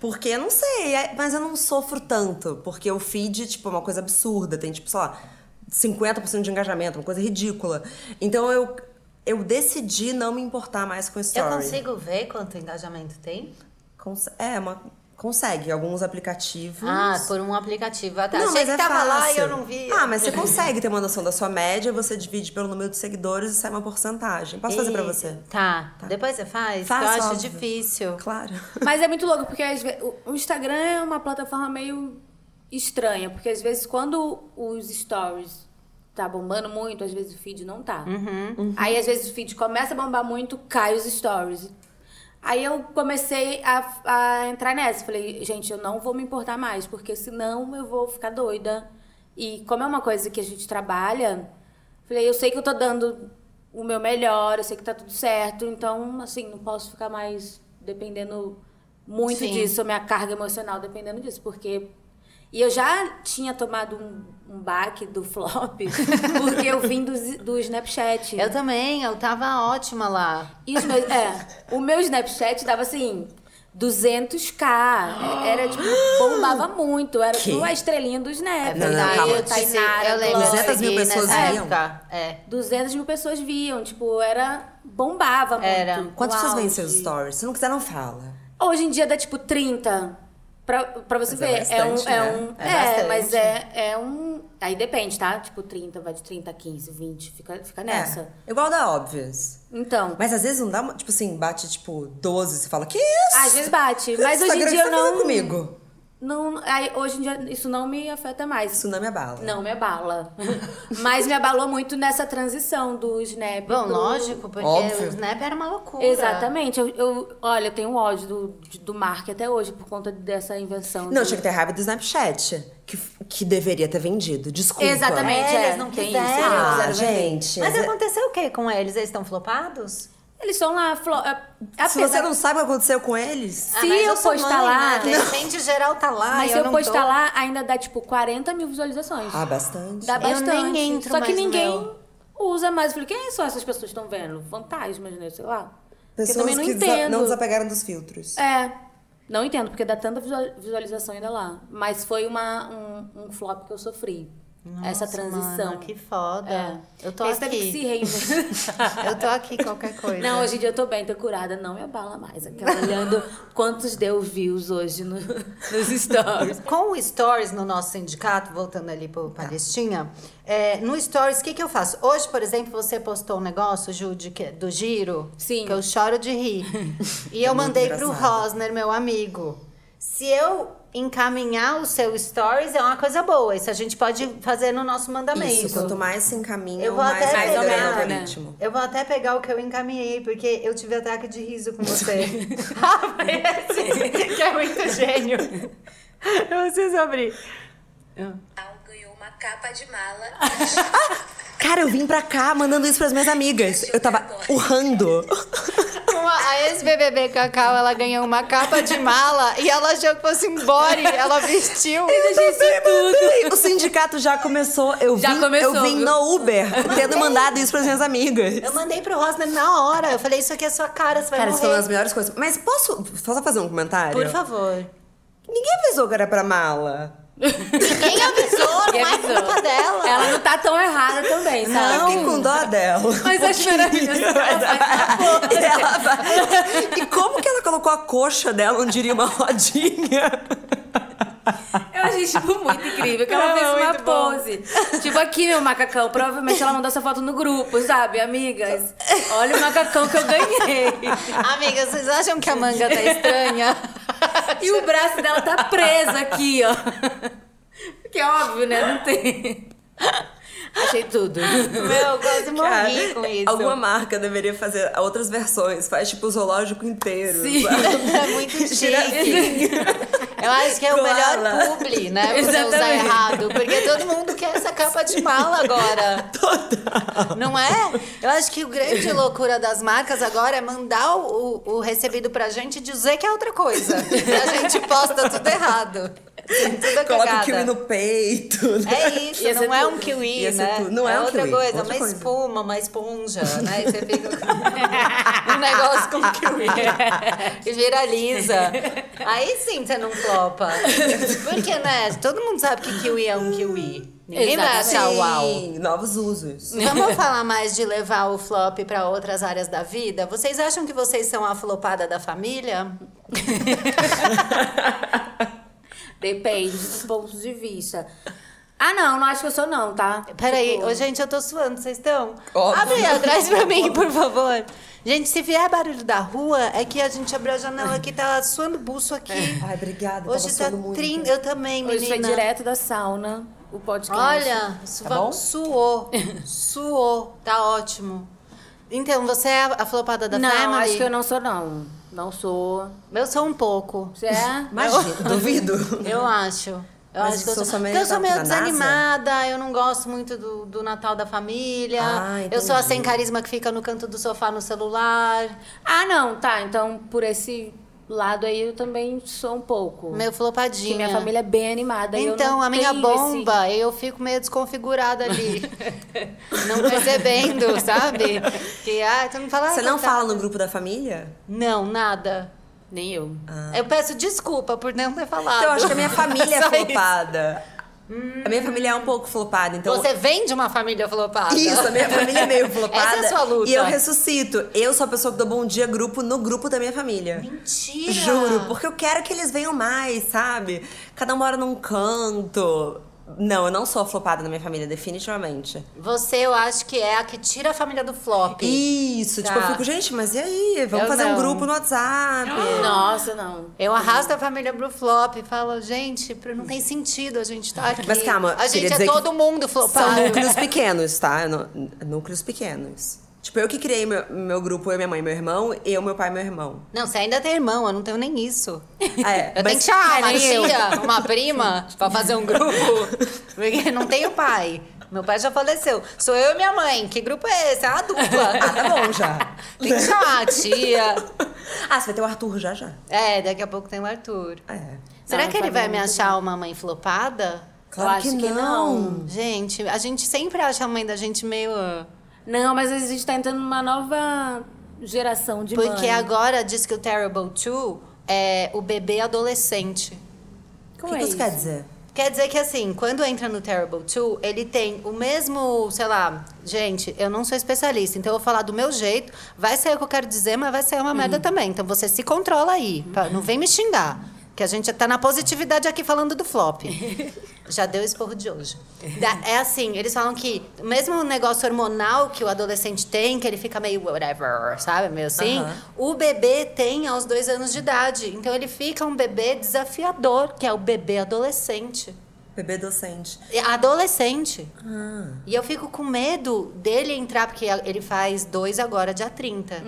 Speaker 2: porque eu não sei, é- mas eu não sofro tanto. Porque o feed, tipo, é uma coisa absurda. Tem, tipo, sei lá, 50% de engajamento, uma coisa ridícula. Então eu, eu decidi não me importar mais com o story.
Speaker 1: Eu consigo ver quanto engajamento tem?
Speaker 2: Cons- É, uma. Consegue, alguns aplicativos.
Speaker 1: Ah, por um aplicativo. Ah, tá.
Speaker 2: Não,
Speaker 1: Achei
Speaker 2: mas
Speaker 1: que
Speaker 2: é
Speaker 1: tava lá e
Speaker 2: fácil.
Speaker 1: eu não vi.
Speaker 2: Ah, mas você consegue ter uma noção da sua média, você divide pelo número de seguidores e sai uma porcentagem. Posso fazer pra você?
Speaker 1: Tá. Depois você faz?
Speaker 2: Faço,
Speaker 1: eu acho
Speaker 2: óbvio.
Speaker 1: difícil.
Speaker 2: Claro.
Speaker 3: Mas é muito louco, porque às ve- o- o Instagram é uma plataforma meio estranha, porque às vezes quando os stories tá bombando muito, às vezes o feed não tá. Aí às vezes o feed começa a bombar muito, cai os stories. Aí eu comecei a, a entrar nessa. Falei, gente, eu não vou me importar mais, porque senão eu vou ficar doida. E como é uma coisa que a gente trabalha, falei, eu sei que eu tô dando o meu melhor, eu sei que tá tudo certo, então, assim, não posso ficar mais dependendo muito
Speaker 1: Sim.
Speaker 3: disso, minha carga emocional dependendo disso, porque. E eu já tinha tomado um, um baque do flop, porque eu vim do, Z- do Snapchat.
Speaker 1: Eu também, eu tava ótima lá.
Speaker 3: E os meus, é, o meu Snapchat dava assim, 200k. Era tipo, bombava muito. Era
Speaker 2: Ah. Que?
Speaker 3: tipo a estrelinha do Snap.
Speaker 1: É
Speaker 2: não,
Speaker 1: verdade.
Speaker 2: calma.
Speaker 1: eu, disse,
Speaker 3: Tainara,
Speaker 1: eu lembro. eu
Speaker 2: 200 mil
Speaker 1: segui
Speaker 2: pessoas
Speaker 1: nessa
Speaker 2: viam?
Speaker 1: época. É.
Speaker 3: 200 mil pessoas viam, tipo, era. bombava muito.
Speaker 1: Era.
Speaker 2: Quantas
Speaker 3: Uau,
Speaker 2: pessoas veem seus
Speaker 3: gente.
Speaker 2: stories? Se não quiser, não fala.
Speaker 3: Hoje em dia dá tipo 30. Pra, pra você
Speaker 2: Mas é
Speaker 3: ver, é, um.
Speaker 2: bastante,
Speaker 3: É,
Speaker 2: né?
Speaker 3: um,
Speaker 1: É
Speaker 3: é,
Speaker 1: bastante.
Speaker 3: mas é, é um. Aí depende, tá? Tipo, 30, vai de 30 a 15, 20, fica, fica nessa.
Speaker 2: É, igual da Obvious.
Speaker 3: Então.
Speaker 2: Mas às vezes não dá, uma- tipo assim, bate tipo 12, você fala, que isso?
Speaker 3: Às vezes bate, mas hoje em
Speaker 2: Instagram, o que
Speaker 3: dia eu
Speaker 2: você tá fazendo
Speaker 3: não.
Speaker 2: comigo?
Speaker 3: não aí, hoje em dia isso não me afeta mais.
Speaker 2: Isso não é me abala.
Speaker 3: Não me abala. Mas me abalou muito nessa transição do Snap.
Speaker 1: Bom,
Speaker 3: pro-
Speaker 1: lógico, porque
Speaker 2: Óbvio.
Speaker 1: o Snap era uma loucura.
Speaker 3: Exatamente. Eu, eu- olha, eu tenho um ódio do, de- do Mark até hoje por conta dessa invenção.
Speaker 2: Não,
Speaker 3: do-
Speaker 2: tinha que ter raiva do Snapchat, que, que deveria ter vendido. Desculpa.
Speaker 3: Exatamente,
Speaker 1: É,
Speaker 3: é,
Speaker 1: eles não
Speaker 3: tem
Speaker 1: quiseram.
Speaker 3: isso.
Speaker 1: Eles
Speaker 2: Ah,
Speaker 1: eram
Speaker 2: gente.
Speaker 1: Mas aconteceu o que com eles? Eles estão flopados?
Speaker 3: Eles estão lá. Flo... a-
Speaker 2: Se
Speaker 3: apesar-
Speaker 2: você não sabe o que aconteceu com eles,
Speaker 3: Se
Speaker 1: Ah, mas
Speaker 3: eu
Speaker 1: sou
Speaker 3: postar
Speaker 1: mãe,
Speaker 3: lá-
Speaker 1: né? De repente geral tá lá.
Speaker 3: Mas
Speaker 1: eu
Speaker 3: se eu
Speaker 1: não
Speaker 3: postar
Speaker 1: tô.
Speaker 3: lá, ainda dá tipo 40 mil visualizações.
Speaker 2: ah, bastante.
Speaker 3: Dá
Speaker 1: Eu nem
Speaker 3: bastante.
Speaker 1: entro
Speaker 3: Só que
Speaker 1: mais no
Speaker 3: ninguém
Speaker 1: meu.
Speaker 3: usa mais. Eu falei, quem são essas pessoas que estão vendo? Fantasmas, né? Sei lá. Porque eu
Speaker 2: Pessoas
Speaker 3: também não
Speaker 2: que desa-
Speaker 3: entendo.
Speaker 2: não desapegaram dos filtros.
Speaker 3: É. Não entendo, porque dá tanta visual- visualização ainda lá. Mas foi uma, um, um flop que eu sofri.
Speaker 1: Nossa,
Speaker 3: essa transição.
Speaker 1: mano, que foda.
Speaker 3: É.
Speaker 1: Eu tô
Speaker 3: Esse teve que se
Speaker 1: aqui.
Speaker 3: reinventar.
Speaker 1: Eu tô aqui qualquer coisa.
Speaker 3: Não, hoje em dia eu tô bem, tô curada, não me abala mais. Aquela olhando quantos deu views hoje no- nos stories.
Speaker 1: Com o Stories no nosso sindicato, voltando ali para
Speaker 2: Tá.
Speaker 1: Palestina, é, no Stories, o que, que eu faço? Hoje, por exemplo, você postou um negócio, Ju, de que- do giro,
Speaker 3: Sim.
Speaker 1: que eu choro de rir. e eu
Speaker 2: É muito
Speaker 1: mandei pro
Speaker 2: engraçado.
Speaker 1: Rosner, meu amigo. Se eu encaminhar o seu Stories, é uma coisa boa. Isso a gente pode fazer no nosso mandamento.
Speaker 2: Isso, quanto mais se encaminha,
Speaker 1: Eu vou
Speaker 2: mais
Speaker 1: até
Speaker 2: vai
Speaker 1: pegar,
Speaker 2: melhorando o
Speaker 3: né?
Speaker 2: algoritmo.
Speaker 1: Eu vou até pegar o que eu encaminhei, porque eu tive ataque de riso com você. Ah, que é muito gênio. Eu preciso abrir. Ah.
Speaker 4: ganhou uma capa de mala.
Speaker 2: Cara, eu vim pra cá mandando isso pras minhas amigas. Eu tava urrando.
Speaker 1: Uma- a ex-BBB Cacau, ela ganhou uma capa de mala e ela achou que fosse um body. Ela vestiu.
Speaker 2: O sindicato já começou. Eu
Speaker 3: Já
Speaker 2: vim,
Speaker 3: começou,
Speaker 2: eu vim
Speaker 3: viu?
Speaker 2: no Uber, tendo mandado isso pras minhas amigas.
Speaker 1: Eu mandei pro Rosner na hora. Eu falei, isso aqui é sua cara, você vai
Speaker 2: Cara, isso foi uma das
Speaker 1: morrer.
Speaker 2: melhores coisas. Mas posso só fazer um comentário?
Speaker 1: Por favor.
Speaker 2: Ninguém avisou que era pra mala.
Speaker 1: Quem avisou? Não
Speaker 3: E
Speaker 1: é
Speaker 3: avisou.
Speaker 1: culpa dela. é
Speaker 3: Ela não tá tão errada também, sabe?
Speaker 2: Eu fiquei com dó dela.
Speaker 3: Mas acho maravilhoso. que ela faz isso.
Speaker 2: E, ela vai- E como que ela colocou a coxa dela onde iria uma rodinha?
Speaker 3: Eu achei, tipo, muito incrível que ela
Speaker 1: É,
Speaker 3: fez uma
Speaker 1: muito bom.
Speaker 3: pose. Tipo, aqui, meu macacão. Provavelmente ela mandou essa foto no grupo, sabe? Amigas, olha o macacão que eu ganhei.
Speaker 1: Amiga, vocês acham que a manga tá estranha?
Speaker 3: E o braço dela tá preso aqui, ó. Que é óbvio, né? Não tem. Achei tudo.
Speaker 1: Meu, quase morri com isso.
Speaker 2: Alguma marca deveria fazer outras versões. Faz tipo o zoológico inteiro.
Speaker 3: Sim.
Speaker 2: sabe?
Speaker 1: É muito chique.
Speaker 2: Girafinha.
Speaker 1: Eu acho que é o melhor
Speaker 2: Koala.
Speaker 1: publi, né? Você usar
Speaker 3: Exatamente.
Speaker 1: errado. Porque todo mundo quer essa capa de mala agora. Total. Não é? Eu acho que o grande loucura das marcas agora é mandar o, o, o recebido pra gente e dizer que é outra coisa. E a gente posta tudo errado. Tudo
Speaker 2: Coloca o
Speaker 1: cagada.
Speaker 2: kiwi no peito. né?
Speaker 1: É isso,
Speaker 2: Ia ser
Speaker 1: não é
Speaker 2: tudo.
Speaker 1: um kiwi,
Speaker 2: Ia ser
Speaker 1: né?
Speaker 2: tudo. Não é, um
Speaker 1: outra
Speaker 2: kiwi,
Speaker 1: coisa,
Speaker 2: outra
Speaker 1: uma
Speaker 2: coisa.
Speaker 1: espuma, uma esponja, né? E você fica com um negócio com kiwi. E viraliza. Aí sim você não flopa. Porque, né? Todo mundo sabe que kiwi é um kiwi. Ninguém vai achar
Speaker 2: Sim,
Speaker 1: uau.
Speaker 2: novos usos.
Speaker 1: Vamos falar mais de levar o flop para outras áreas da vida? Vocês acham que vocês são a flopada da família?
Speaker 3: Depende dos pontos de vista. Ah, não, não acho que eu sou, não, tá?
Speaker 1: Peraí, é
Speaker 3: Tipo,
Speaker 1: ô, gente, eu tô suando, vocês estão?
Speaker 2: Óbvio.
Speaker 1: Abre aí atrás pra mim, por favor. Gente, se vier barulho da rua, é que a gente abriu a janela aqui, tá suando buço aqui.
Speaker 3: É.
Speaker 2: Ai, obrigada. tava
Speaker 1: Hoje tá
Speaker 2: suando muito.
Speaker 1: 30. Eu também,
Speaker 3: Hoje foi
Speaker 1: menina.
Speaker 3: direto Tá da sauna, o podcast.
Speaker 1: Olha, suva-
Speaker 2: bom?
Speaker 1: suou. Suou. Tá ótimo. Então, você é a flopada da
Speaker 3: não,
Speaker 1: family?
Speaker 3: acho que eu não sou, não. Não sou.
Speaker 1: Eu sou um pouco.
Speaker 3: Você é?
Speaker 2: Imagina, duvido.
Speaker 1: Eu acho. Eu
Speaker 2: Mas
Speaker 1: acho que eu
Speaker 2: o
Speaker 1: sou,
Speaker 2: seu também
Speaker 1: porque eu sou
Speaker 2: tá
Speaker 1: meio
Speaker 2: na NASA?
Speaker 1: desanimada, eu não gosto muito do, do Natal da família.
Speaker 2: Ah,
Speaker 1: eu sou a
Speaker 2: entendi.
Speaker 1: sem carisma que fica no canto do sofá no celular.
Speaker 3: Ah, não, tá. Então, por esse lado aí, eu também sou um pouco.
Speaker 1: Meio
Speaker 3: Porque
Speaker 1: flopadinha.
Speaker 3: minha família é bem animada. e eu
Speaker 1: Então,
Speaker 3: não
Speaker 1: a minha
Speaker 3: tenho esse-
Speaker 1: bomba, eu fico meio desconfigurada ali. não percebendo, sabe? Que, ah, tu não fala. ah,
Speaker 2: Você não
Speaker 1: tá-
Speaker 2: fala no grupo da família?
Speaker 1: Não, nada.
Speaker 3: Nem eu.
Speaker 1: Eu peço desculpa por não ter falado.
Speaker 2: Ah. Então, eu acho que a minha família é
Speaker 1: Só isso.
Speaker 2: flopada. A minha família é um pouco flopada, então...
Speaker 1: Você vem de uma família flopada.
Speaker 2: Isso, a minha família é meio
Speaker 1: Essa
Speaker 2: flopada.
Speaker 1: é a sua luta.
Speaker 2: E eu ressuscito. Eu sou a pessoa que dou bom dia grupo no grupo da minha família.
Speaker 1: Mentira!
Speaker 2: Juro, porque eu quero que eles venham mais, sabe? Cada um mora num canto. Não, eu não sou flopada na minha família, definitivamente.
Speaker 1: Você, eu acho que é a que tira a família do flop.
Speaker 2: Isso, tipo,
Speaker 1: Tá.
Speaker 2: eu fico, gente, mas e aí? Vamos
Speaker 1: Eu
Speaker 2: fazer
Speaker 1: não.
Speaker 2: um grupo no WhatsApp.
Speaker 3: Nossa, não.
Speaker 1: Eu arrasto a família pro flop e falo, gente, pro- não tem sentido a gente tá aqui.
Speaker 2: Mas calma,
Speaker 1: a gente
Speaker 2: queria
Speaker 1: é
Speaker 2: dizer que
Speaker 1: todo mundo
Speaker 2: São
Speaker 1: flopado.
Speaker 2: núcleos pequenos, tá? Nú- Núcleos pequenos. Tipo, eu que criei meu, meu grupo, eu, minha mãe e meu irmão, eu, meu pai e meu irmão.
Speaker 1: Não, você ainda tem irmão, eu não tenho nem isso.
Speaker 2: Ah, é,
Speaker 1: Eu tenho que chamar né, uma tia, uma prima, pra fazer um grupo. Porque não tenho pai. Meu pai já faleceu. Sou eu e minha mãe. Que grupo é esse? É a
Speaker 2: Ah, tá
Speaker 1: dupla.
Speaker 2: bom já.
Speaker 1: Tem que chamar a tia.
Speaker 2: Ah, você vai ter o Arthur já já.
Speaker 1: É, daqui a pouco tem o Arthur.
Speaker 2: É.
Speaker 1: Será
Speaker 3: Não,
Speaker 1: que ele
Speaker 3: família
Speaker 1: vai me
Speaker 3: é muito
Speaker 1: achar uma mãe flopada? Hum,
Speaker 2: Claro
Speaker 3: acho que não.
Speaker 1: Gente, a gente sempre acha a mãe da gente meio. ah,
Speaker 3: Não, mas a gente tá entrando numa nova geração de
Speaker 1: Porque
Speaker 3: mãe.
Speaker 1: agora diz que o Terrible 2 é o bebê adolescente.
Speaker 2: O
Speaker 3: Como
Speaker 2: que,
Speaker 3: é
Speaker 2: que isso
Speaker 3: isso?
Speaker 2: quer dizer?
Speaker 1: Quer dizer que assim, quando entra no Terrible 2, ele tem o mesmo, sei lá, gente, eu não sou especialista, então eu vou falar do meu jeito, vai sair o que eu quero dizer, mas vai sair uma merda também. Então você se controla aí, pra- não vem me xingar, que a gente tá na positividade aqui falando do flop. Já deu esporro de hoje. Da- É assim, eles falam que o mesmo negócio hormonal que o adolescente tem, que ele fica meio whatever, sabe? Meio assim,
Speaker 2: Aham.
Speaker 1: o bebê tem aos dois anos de idade. Então ele fica um bebê desafiador, que é o bebê adolescente.
Speaker 2: Bebê docente.
Speaker 1: É Adolescente. E eu fico com medo dele entrar, porque a- ele faz dois agora, dia 30.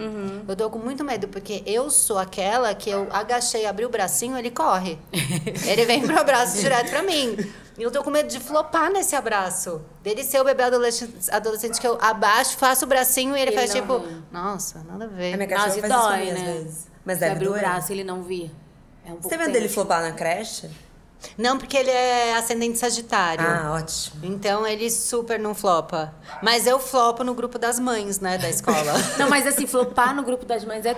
Speaker 1: Eu tô com muito medo, porque eu sou aquela que eu agachei, abri o bracinho, ele corre. ele vem pro abraço direto pra mim. E eu tô com medo de flopar nesse abraço. Dele ser o bebê adolescente, adolescente que eu abaixo, faço o bracinho e ele,
Speaker 3: Ele
Speaker 1: faz
Speaker 3: não
Speaker 1: tipo...
Speaker 3: vê.
Speaker 1: Nossa, nada a ver.
Speaker 2: A minha
Speaker 3: Nossa,
Speaker 2: cachorra
Speaker 3: e
Speaker 2: faz isso
Speaker 3: dói,
Speaker 2: comigo,
Speaker 3: né?
Speaker 2: às vezes. Mas
Speaker 3: Você
Speaker 2: deve
Speaker 3: abrir o
Speaker 2: doer.
Speaker 3: braço e ele não vir. É um pouco
Speaker 2: Você tem medo dele
Speaker 3: tenso.
Speaker 2: flopar na creche?
Speaker 1: Não, porque ele é ascendente sagitário.
Speaker 2: Ah, ótimo.
Speaker 1: Então ele super não flopa. Mas eu flopo no grupo das mães, né, da escola.
Speaker 3: Não, mas assim, flopar no grupo das mães é.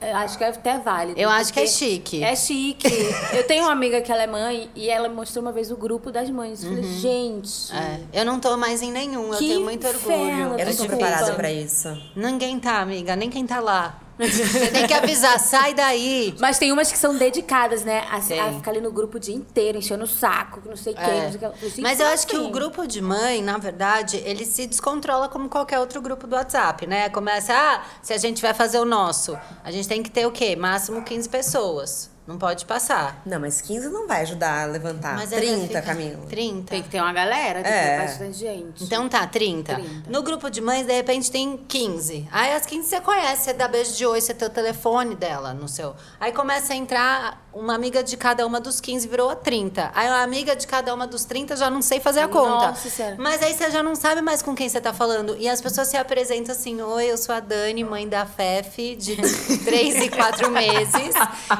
Speaker 3: é, Acho que é até válido.
Speaker 1: Eu acho que é
Speaker 3: porque
Speaker 1: chique.
Speaker 3: É chique. Eu tenho uma amiga que ela é mãe e ela mostrou uma vez o grupo das mães. Eu falei, gente.
Speaker 1: Uhum. É, Eu não tô mais em nenhum, eu
Speaker 3: Que
Speaker 1: tenho muito
Speaker 3: inferno.
Speaker 1: orgulho.
Speaker 2: Eu não tô
Speaker 3: Desculpa.
Speaker 2: preparada pra isso.
Speaker 1: Ninguém tá, amiga, nem quem tá lá. Você tem que avisar, sai daí.
Speaker 3: Mas tem umas que são dedicadas, né? A, a
Speaker 1: Tem.
Speaker 3: ficar ali no grupo o dia inteiro, enchendo o saco, que não sei quem, não sei o que. falei, gente,
Speaker 1: É. Mas eu
Speaker 3: como
Speaker 1: acho que
Speaker 3: assim?
Speaker 1: o grupo de mãe, na verdade, ele se descontrola como qualquer outro grupo do WhatsApp, né? Começa, ah, se a gente vai fazer o nosso, a gente tem que ter o quê? Máximo 15 pessoas. Não pode passar.
Speaker 2: Não, mas 15 não vai ajudar a levantar.
Speaker 1: Mas aí vai
Speaker 2: 30,
Speaker 1: ficar-
Speaker 2: Camila.
Speaker 1: 30.
Speaker 3: Ah, Tem que ter uma galera, tem que
Speaker 2: É.
Speaker 3: ter bastante gente.
Speaker 1: Então tá, 30.
Speaker 3: 30.
Speaker 1: No grupo de mães, de repente, tem 15. Aí as 15 você conhece, você dá beijo de oi, você tem o telefone dela no seu. Aí começa a entrar uma amiga de cada uma dos 15, virou a 30. Aí a amiga de cada uma dos 30 já não sei fazer a conta.
Speaker 3: Nossa Senhora.
Speaker 1: Mas aí você já não sabe mais com quem você tá falando. E as pessoas se apresentam assim: Oi, eu sou a Dani, mãe da Fefe, de 3 e 4 meses.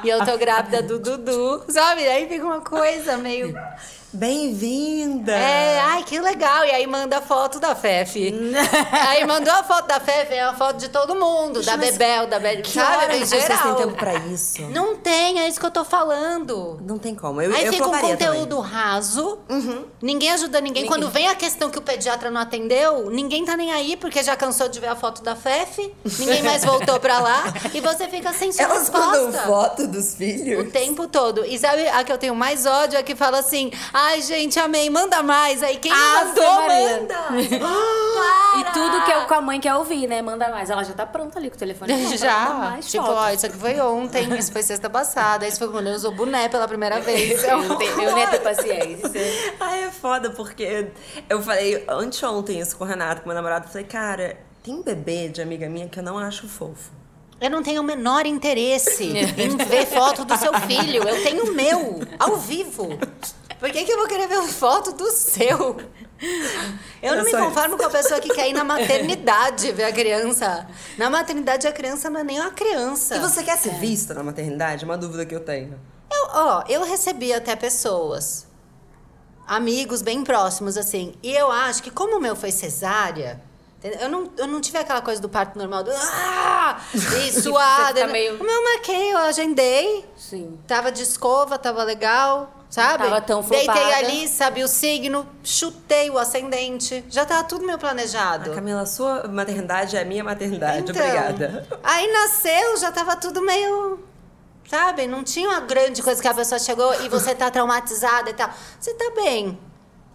Speaker 1: E eu tô grávida do Dudu, sabe? Aí fica uma coisa meio.
Speaker 2: Bem-vinda!
Speaker 1: É, ai, que legal. E aí manda a foto da Fefe. aí mandou a foto da Fefe, é uma foto de todo mundo. da Bebel, da Bebel,
Speaker 2: Que
Speaker 1: sabe?
Speaker 2: hora
Speaker 1: Em
Speaker 2: que vocês têm
Speaker 1: geral.
Speaker 2: tempo pra isso?
Speaker 1: Não tem, é isso que eu tô falando.
Speaker 2: Não tem como. Eu,
Speaker 1: Aí
Speaker 2: eu
Speaker 1: fica um
Speaker 2: floparia
Speaker 1: conteúdo
Speaker 2: também. Uhum.
Speaker 1: raso, ninguém ajuda ninguém. Quando vem a questão que o pediatra não atendeu, ninguém tá nem aí, porque já cansou de ver a foto da Fefe, ninguém mais voltou pra lá, e você fica sem sua
Speaker 2: Elas mandam
Speaker 1: resposta.
Speaker 2: foto dos
Speaker 1: O
Speaker 2: filhos?
Speaker 1: tempo todo. E sabe a que eu tenho mais ódio? É que fala assim, ai gente, amei, manda mais. Aí quem
Speaker 3: Ave
Speaker 1: mandou,
Speaker 3: Maria.
Speaker 1: manda.
Speaker 3: E tudo que, eu, que a mãe quer ouvir, né? Manda mais. Ela já tá pronta ali com o telefone. na mão pra mandar
Speaker 1: Já,
Speaker 3: mais
Speaker 1: tipo,
Speaker 3: fotos.
Speaker 1: ó, isso aqui foi ontem, isso foi sexta passada, isso foi quando eu usou boné pela primeira vez.
Speaker 3: Eu não tenho- eu nem tenho um paciência.
Speaker 2: Ai, é foda, porque eu falei anteontem isso com o Renato, com meu namorado. eu Falei, cara, tem um bebê de amiga minha que eu não acho fofo.
Speaker 1: Eu não tenho o menor interesse em ver foto do seu filho. Eu tenho o meu, ao vivo. Por que, que eu vou querer ver foto do seu? Eu
Speaker 2: É
Speaker 1: não me
Speaker 2: só isso.
Speaker 1: conformo com a pessoa que quer ir na maternidade ver a criança. Na maternidade, a criança não é nem uma criança.
Speaker 2: E você quer ser vista na maternidade? É uma dúvida que eu tenho.
Speaker 1: Eu, ó, eu recebi até pessoas, amigos bem próximos, assim. E eu acho que como o meu foi cesárea, entendeu? eu não, eu não tive aquela coisa do parto normal, do... Ah! E suada. né?
Speaker 3: fica meio-
Speaker 1: O meu marquei, eu agendei.
Speaker 3: Sim.
Speaker 1: Tava de escova, tava legal, sabe?
Speaker 3: Tava tão
Speaker 1: Deitei
Speaker 3: flopada.
Speaker 1: ali, sabia o signo, chutei o ascendente. Já tava tudo meio
Speaker 2: Ah,
Speaker 1: planejado.
Speaker 2: Camila, sua maternidade é a minha maternidade.
Speaker 1: Então,
Speaker 2: Obrigada.
Speaker 1: Aí nasceu, já tava tudo meio. Sabe? Não tinha uma grande coisa que a pessoa chegou e você tá traumatizada e tal. Você tá bem.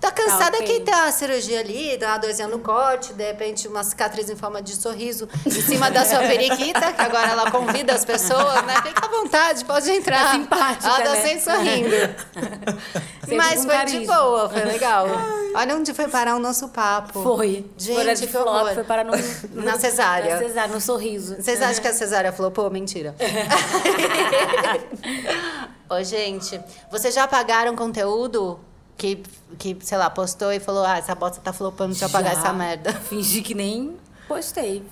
Speaker 1: Tá cansada
Speaker 3: ok.
Speaker 1: que tem uma cirurgia ali, dá uma dorzinha no corte, de repente uma cicatriz em forma de sorriso em cima da sua periquita, que agora ela convida as pessoas, né? Fica à vontade, pode entrar.
Speaker 3: Tá simpática,
Speaker 1: Ela tá
Speaker 3: né?
Speaker 1: sempre sorrindo.
Speaker 3: Sempre
Speaker 1: Mas
Speaker 3: com
Speaker 1: foi de
Speaker 3: carisma.
Speaker 1: boa, foi legal. Olha onde foi parar o nosso papo.
Speaker 3: Foi. Fora
Speaker 1: Gente,
Speaker 3: de
Speaker 1: que
Speaker 3: flop,
Speaker 1: horror.
Speaker 3: foi parar no,
Speaker 1: Na cesárea.
Speaker 3: Na cesárea, no sorriso.
Speaker 1: Vocês acham que a cesárea flopou? Mentira. Ô, gente, vocês já apagaram conteúdo que, que, sei lá, postou e falou, ah, essa bosta tá flopando, deixa eu apagar
Speaker 3: Já.
Speaker 1: essa merda.
Speaker 3: Fingi que nem postei.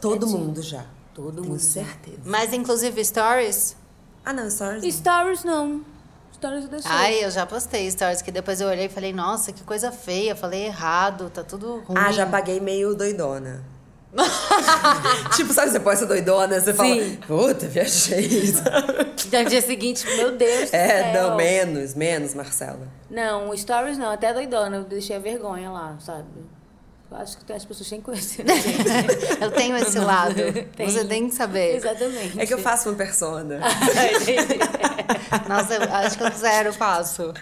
Speaker 2: Todo mundo já.
Speaker 3: Todo
Speaker 2: Tenho
Speaker 3: mundo já.
Speaker 2: certeza.
Speaker 1: Mas, inclusive, stories...
Speaker 2: Ah, não, stories.
Speaker 3: E Stories não. Stories eu deixei.
Speaker 1: Ai, eu já postei stories, que depois eu olhei e falei, nossa, que coisa feia, falei errado, tá tudo ruim.
Speaker 2: Ah, já paguei meio doidona. tipo, sabe, você pode ser doidona, você
Speaker 3: Sim.
Speaker 2: fala, puta, viajei. sabe?
Speaker 3: No dia seguinte, meu Deus. do
Speaker 2: é,
Speaker 3: céu.
Speaker 2: não, menos, menos, Marcela.
Speaker 3: Não, Stories não. Até doidona. Eu deixei a vergonha lá, sabe? Eu acho que as pessoas têm que conhecer. né, gente?
Speaker 1: Eu tenho esse lado,
Speaker 3: Tem.
Speaker 1: você tem que saber.
Speaker 3: Exatamente.
Speaker 2: É que eu faço uma persona.
Speaker 1: Nossa, eu acho que eu zero faço.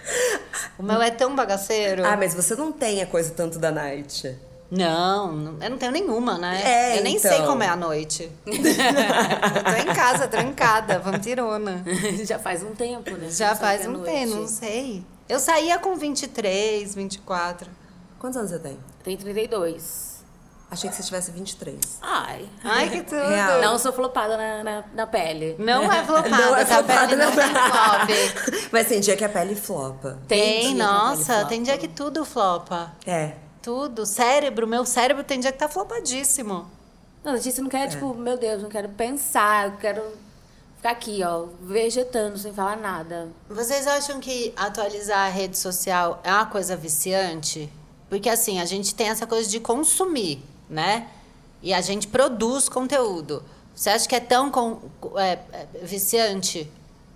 Speaker 1: O meu é tão bagaceiro.
Speaker 2: ah, mas você não tem a coisa tanto da Night.
Speaker 1: Não, não- eu não tenho nenhuma, né?
Speaker 2: É,
Speaker 1: eu nem
Speaker 2: então.
Speaker 1: sei como é a noite. eu tô em casa, trancada, vampirona.
Speaker 3: Já faz um tempo, né?
Speaker 1: Já
Speaker 3: Não sabe
Speaker 1: faz
Speaker 3: que é
Speaker 1: um
Speaker 3: noite.
Speaker 1: tempo, não sei. Eu saía com 23, 24.
Speaker 2: Quantos anos você tem?
Speaker 3: Tem 32.
Speaker 2: Achei que você tivesse 23.
Speaker 3: Ai.
Speaker 1: Ai, que tudo.
Speaker 2: É Real.
Speaker 3: Não sou flopada na, na, na pele.
Speaker 1: Não é flopada,
Speaker 2: Não é
Speaker 1: tá
Speaker 2: flopada,
Speaker 1: pele não
Speaker 2: não.
Speaker 1: tem flop.
Speaker 2: Mas tem dia que a pele flopa.
Speaker 1: Tem,
Speaker 3: dia que
Speaker 1: nossa,
Speaker 3: ele flopa.
Speaker 1: tem dia que tudo flopa.
Speaker 2: É.
Speaker 1: Tudo, cérebro, meu cérebro tem dia que tá flopadíssimo.
Speaker 3: Não, Letícia, não quer, tipo, meu Deus, não quero pensar, eu quero ficar aqui, ó, vegetando sem falar nada.
Speaker 1: Vocês acham que atualizar a rede social é uma coisa viciante? Porque assim, a gente tem essa coisa de consumir, né? E a gente produz conteúdo. Você acha que é tão con- é, é, viciante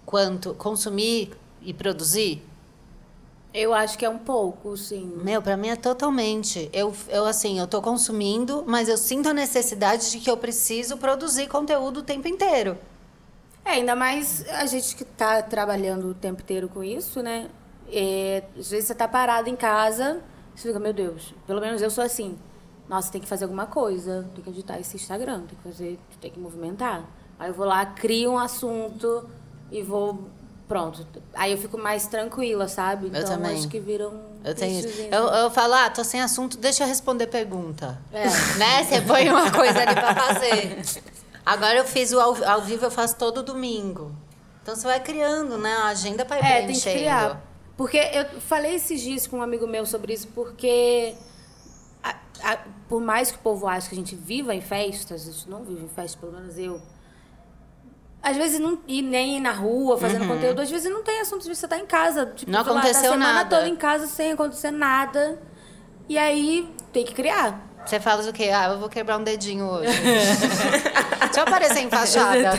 Speaker 1: quanto consumir e produzir?
Speaker 3: Eu acho que é um pouco, sim.
Speaker 1: Meu, pra mim é totalmente. Eu, eu assim, eu tô consumindo, mas eu sinto a necessidade de que eu preciso produzir conteúdo o tempo inteiro.
Speaker 3: É, ainda mais a gente que tá trabalhando o tempo inteiro com isso, né? É, às vezes você tá parado em casa, você fica, meu Deus, pelo menos eu sou assim. Nossa, tem que fazer alguma coisa, tem que editar esse Instagram, tem que fazer, tem que movimentar. Aí eu vou lá, crio um assunto e vou. Pronto. Aí eu fico mais tranquila, sabe? Então
Speaker 1: também.
Speaker 3: acho que viram.
Speaker 1: Eu tenho isso. Eu, eu falo, ah, tô sem assunto, deixa eu responder pergunta.
Speaker 3: É.
Speaker 1: Né? Você põe uma coisa ali pra fazer. Agora eu fiz o ao, ao vivo, eu faço todo domingo. Então você vai criando, né? A agenda pra ir
Speaker 3: É, tem que
Speaker 1: preenchendo.
Speaker 3: criar. Porque eu falei esses dias com um amigo meu sobre isso, porque a- a- por mais que o povo ache que a gente viva em festas, a gente não vive em festas, pelo menos eu. Às vezes não. E nem na rua, fazendo conteúdo, às vezes não tem assunto de você tá em casa. Tipo,
Speaker 1: Uhum. Não
Speaker 3: sei lá, tá
Speaker 1: aconteceu
Speaker 3: a semana
Speaker 1: nada.
Speaker 3: toda em casa sem acontecer nada. E aí tem que criar.
Speaker 1: Você fala o quê? Ah, eu vou quebrar um dedinho hoje. Deixa eu aparecer em fachada.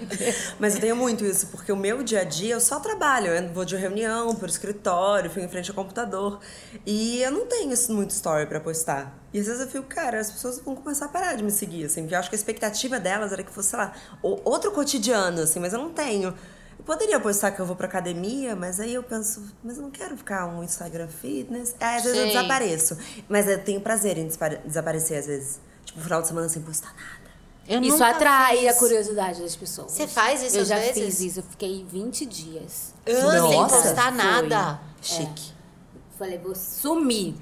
Speaker 2: Mas eu tenho muito isso, porque o meu dia a dia eu só trabalho. Eu vou de reunião, pro escritório, fico em frente ao computador. E eu não tenho isso muito story pra postar. E às vezes eu fico, cara, as pessoas vão começar a parar de me seguir, assim, porque eu acho que a expectativa delas era que fosse, sei lá, o- outro cotidiano, assim, mas eu não tenho. Eu poderia postar que eu vou pra academia, mas aí eu penso, mas eu não quero ficar um Instagram fitness. Aí, às vezes eu
Speaker 1: Sim.
Speaker 2: desapareço. Mas eu tenho prazer em despa- desaparecer, às vezes. Tipo, final de semana sem postar nada.
Speaker 1: Eu
Speaker 3: Isso
Speaker 1: nunca
Speaker 3: atrai
Speaker 1: fiz.
Speaker 3: a curiosidade das pessoas.
Speaker 1: Você faz isso
Speaker 3: Eu
Speaker 1: às
Speaker 3: já
Speaker 1: vezes?
Speaker 3: fiz isso. Eu fiquei 20 dias.
Speaker 1: Anos sem
Speaker 2: Nossa,
Speaker 1: postar
Speaker 3: foi.
Speaker 1: nada.
Speaker 2: Chique.
Speaker 3: Falei, vou sumir.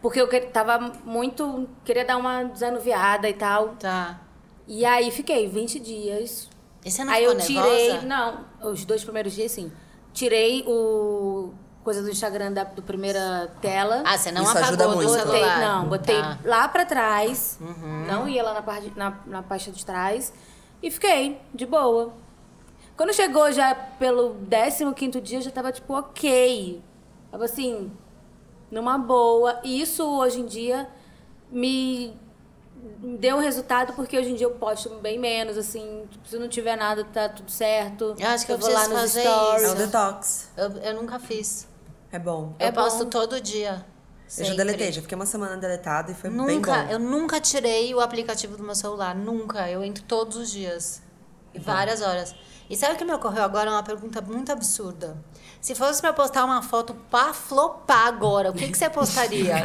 Speaker 3: Porque eu que- tava muito. Queria dar uma desanuviada e tal.
Speaker 1: Tá.
Speaker 3: E aí fiquei 20 dias.
Speaker 1: E você não
Speaker 3: aí
Speaker 1: ficou
Speaker 3: eu
Speaker 1: nervosa?
Speaker 3: tirei. Não, os dois primeiros dias, sim. Tirei o. Coisa do Instagram da do primeira tela.
Speaker 1: Ah, você não
Speaker 2: Isso ajuda
Speaker 1: apagou do
Speaker 2: muito.
Speaker 3: Botei,
Speaker 1: celular.
Speaker 3: não, botei
Speaker 1: Tá. Uhum.
Speaker 3: lá pra trás. Não ia lá na, parte, na, na pasta de trás. E fiquei, de boa. Quando chegou já pelo 15 dia, eu já tava tipo, ok. Tava assim, numa boa. E isso hoje em dia me me deu um resultado porque hoje em dia eu posto bem menos, assim. tipo, se não tiver nada, tá tudo certo.
Speaker 1: Eu acho que eu
Speaker 3: vou lá
Speaker 1: preciso
Speaker 3: nos
Speaker 1: fazer
Speaker 3: stories.
Speaker 2: É
Speaker 1: isso.
Speaker 2: o detox.
Speaker 5: Eu, eu nunca fiz.
Speaker 2: É bom.
Speaker 1: eu posto todo dia.
Speaker 2: Eu já
Speaker 1: Sempre.
Speaker 2: deletei, já fiquei uma semana deletada e foi bem bom.
Speaker 1: Nunca, eu nunca tirei o aplicativo do meu celular, nunca. Eu entro todos os dias, e várias horas. E sabe o que me ocorreu agora? Uma pergunta muito absurda. Se fosse pra postar uma foto pra flopar agora, o que, que você postaria?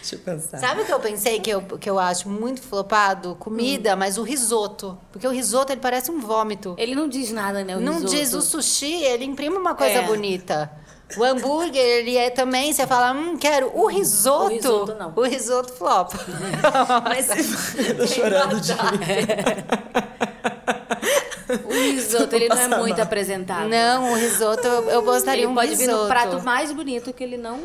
Speaker 2: Deixa eu pensar.
Speaker 1: sabe o que eu pensei que eu, que eu acho muito flopado?
Speaker 2: Hum.
Speaker 1: Comida, mas o risoto. Porque o risoto, ele parece um vômito.
Speaker 3: Ele não diz nada, né? o
Speaker 1: Não
Speaker 3: risoto.
Speaker 1: diz o sushi, ele imprime uma coisa
Speaker 3: É.
Speaker 1: bonita. O hambúrguer, ele é também, você fala, hum, quero o risoto.
Speaker 3: O risoto não.
Speaker 1: O risoto flop.
Speaker 2: Mas tô chorando de rir.
Speaker 3: O risoto, ele não é muito apresentado.
Speaker 1: Não, o risoto, eu eu gostaria
Speaker 3: Ele
Speaker 1: um
Speaker 3: pode
Speaker 1: risoto.
Speaker 3: vir no prato mais bonito que ele não.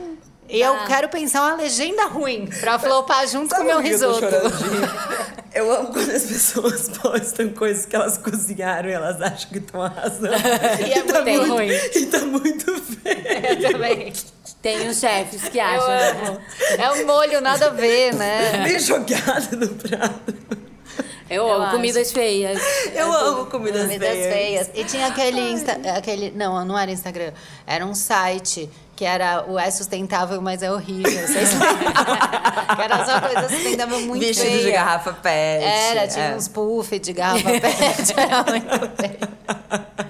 Speaker 1: E eu
Speaker 3: dá.
Speaker 1: quero pensar uma legenda ruim pra flopar junto com o
Speaker 2: Sabe
Speaker 1: meu
Speaker 2: por que eu tô
Speaker 1: risoto.
Speaker 2: chorando de rir? Eu amo quando as pessoas postam coisas que elas cozinharam e elas acham que estão arrasando.
Speaker 1: E é bem ruim.
Speaker 2: E tá muito feio.
Speaker 1: Eu também.
Speaker 3: Tem uns chefes que
Speaker 1: Eu
Speaker 3: acham. né?
Speaker 1: amo. É um molho nada a ver, né?
Speaker 2: Bem jogado no prato.
Speaker 3: Eu,
Speaker 1: acho.
Speaker 3: amo comidas feias.
Speaker 2: Eu amo comidas,
Speaker 1: Comidas feias. E tinha aquele, Insta- aquele. Não, não era Instagram. Era um site que era o É Sustentável, mas é horrível. Vocês lembram? que era só coisa sustentável muito
Speaker 2: Vestido
Speaker 1: feia.
Speaker 2: de garrafa pet.
Speaker 1: Era, tinha
Speaker 2: é.
Speaker 1: uns puff de garrafa pet. Era muito feio.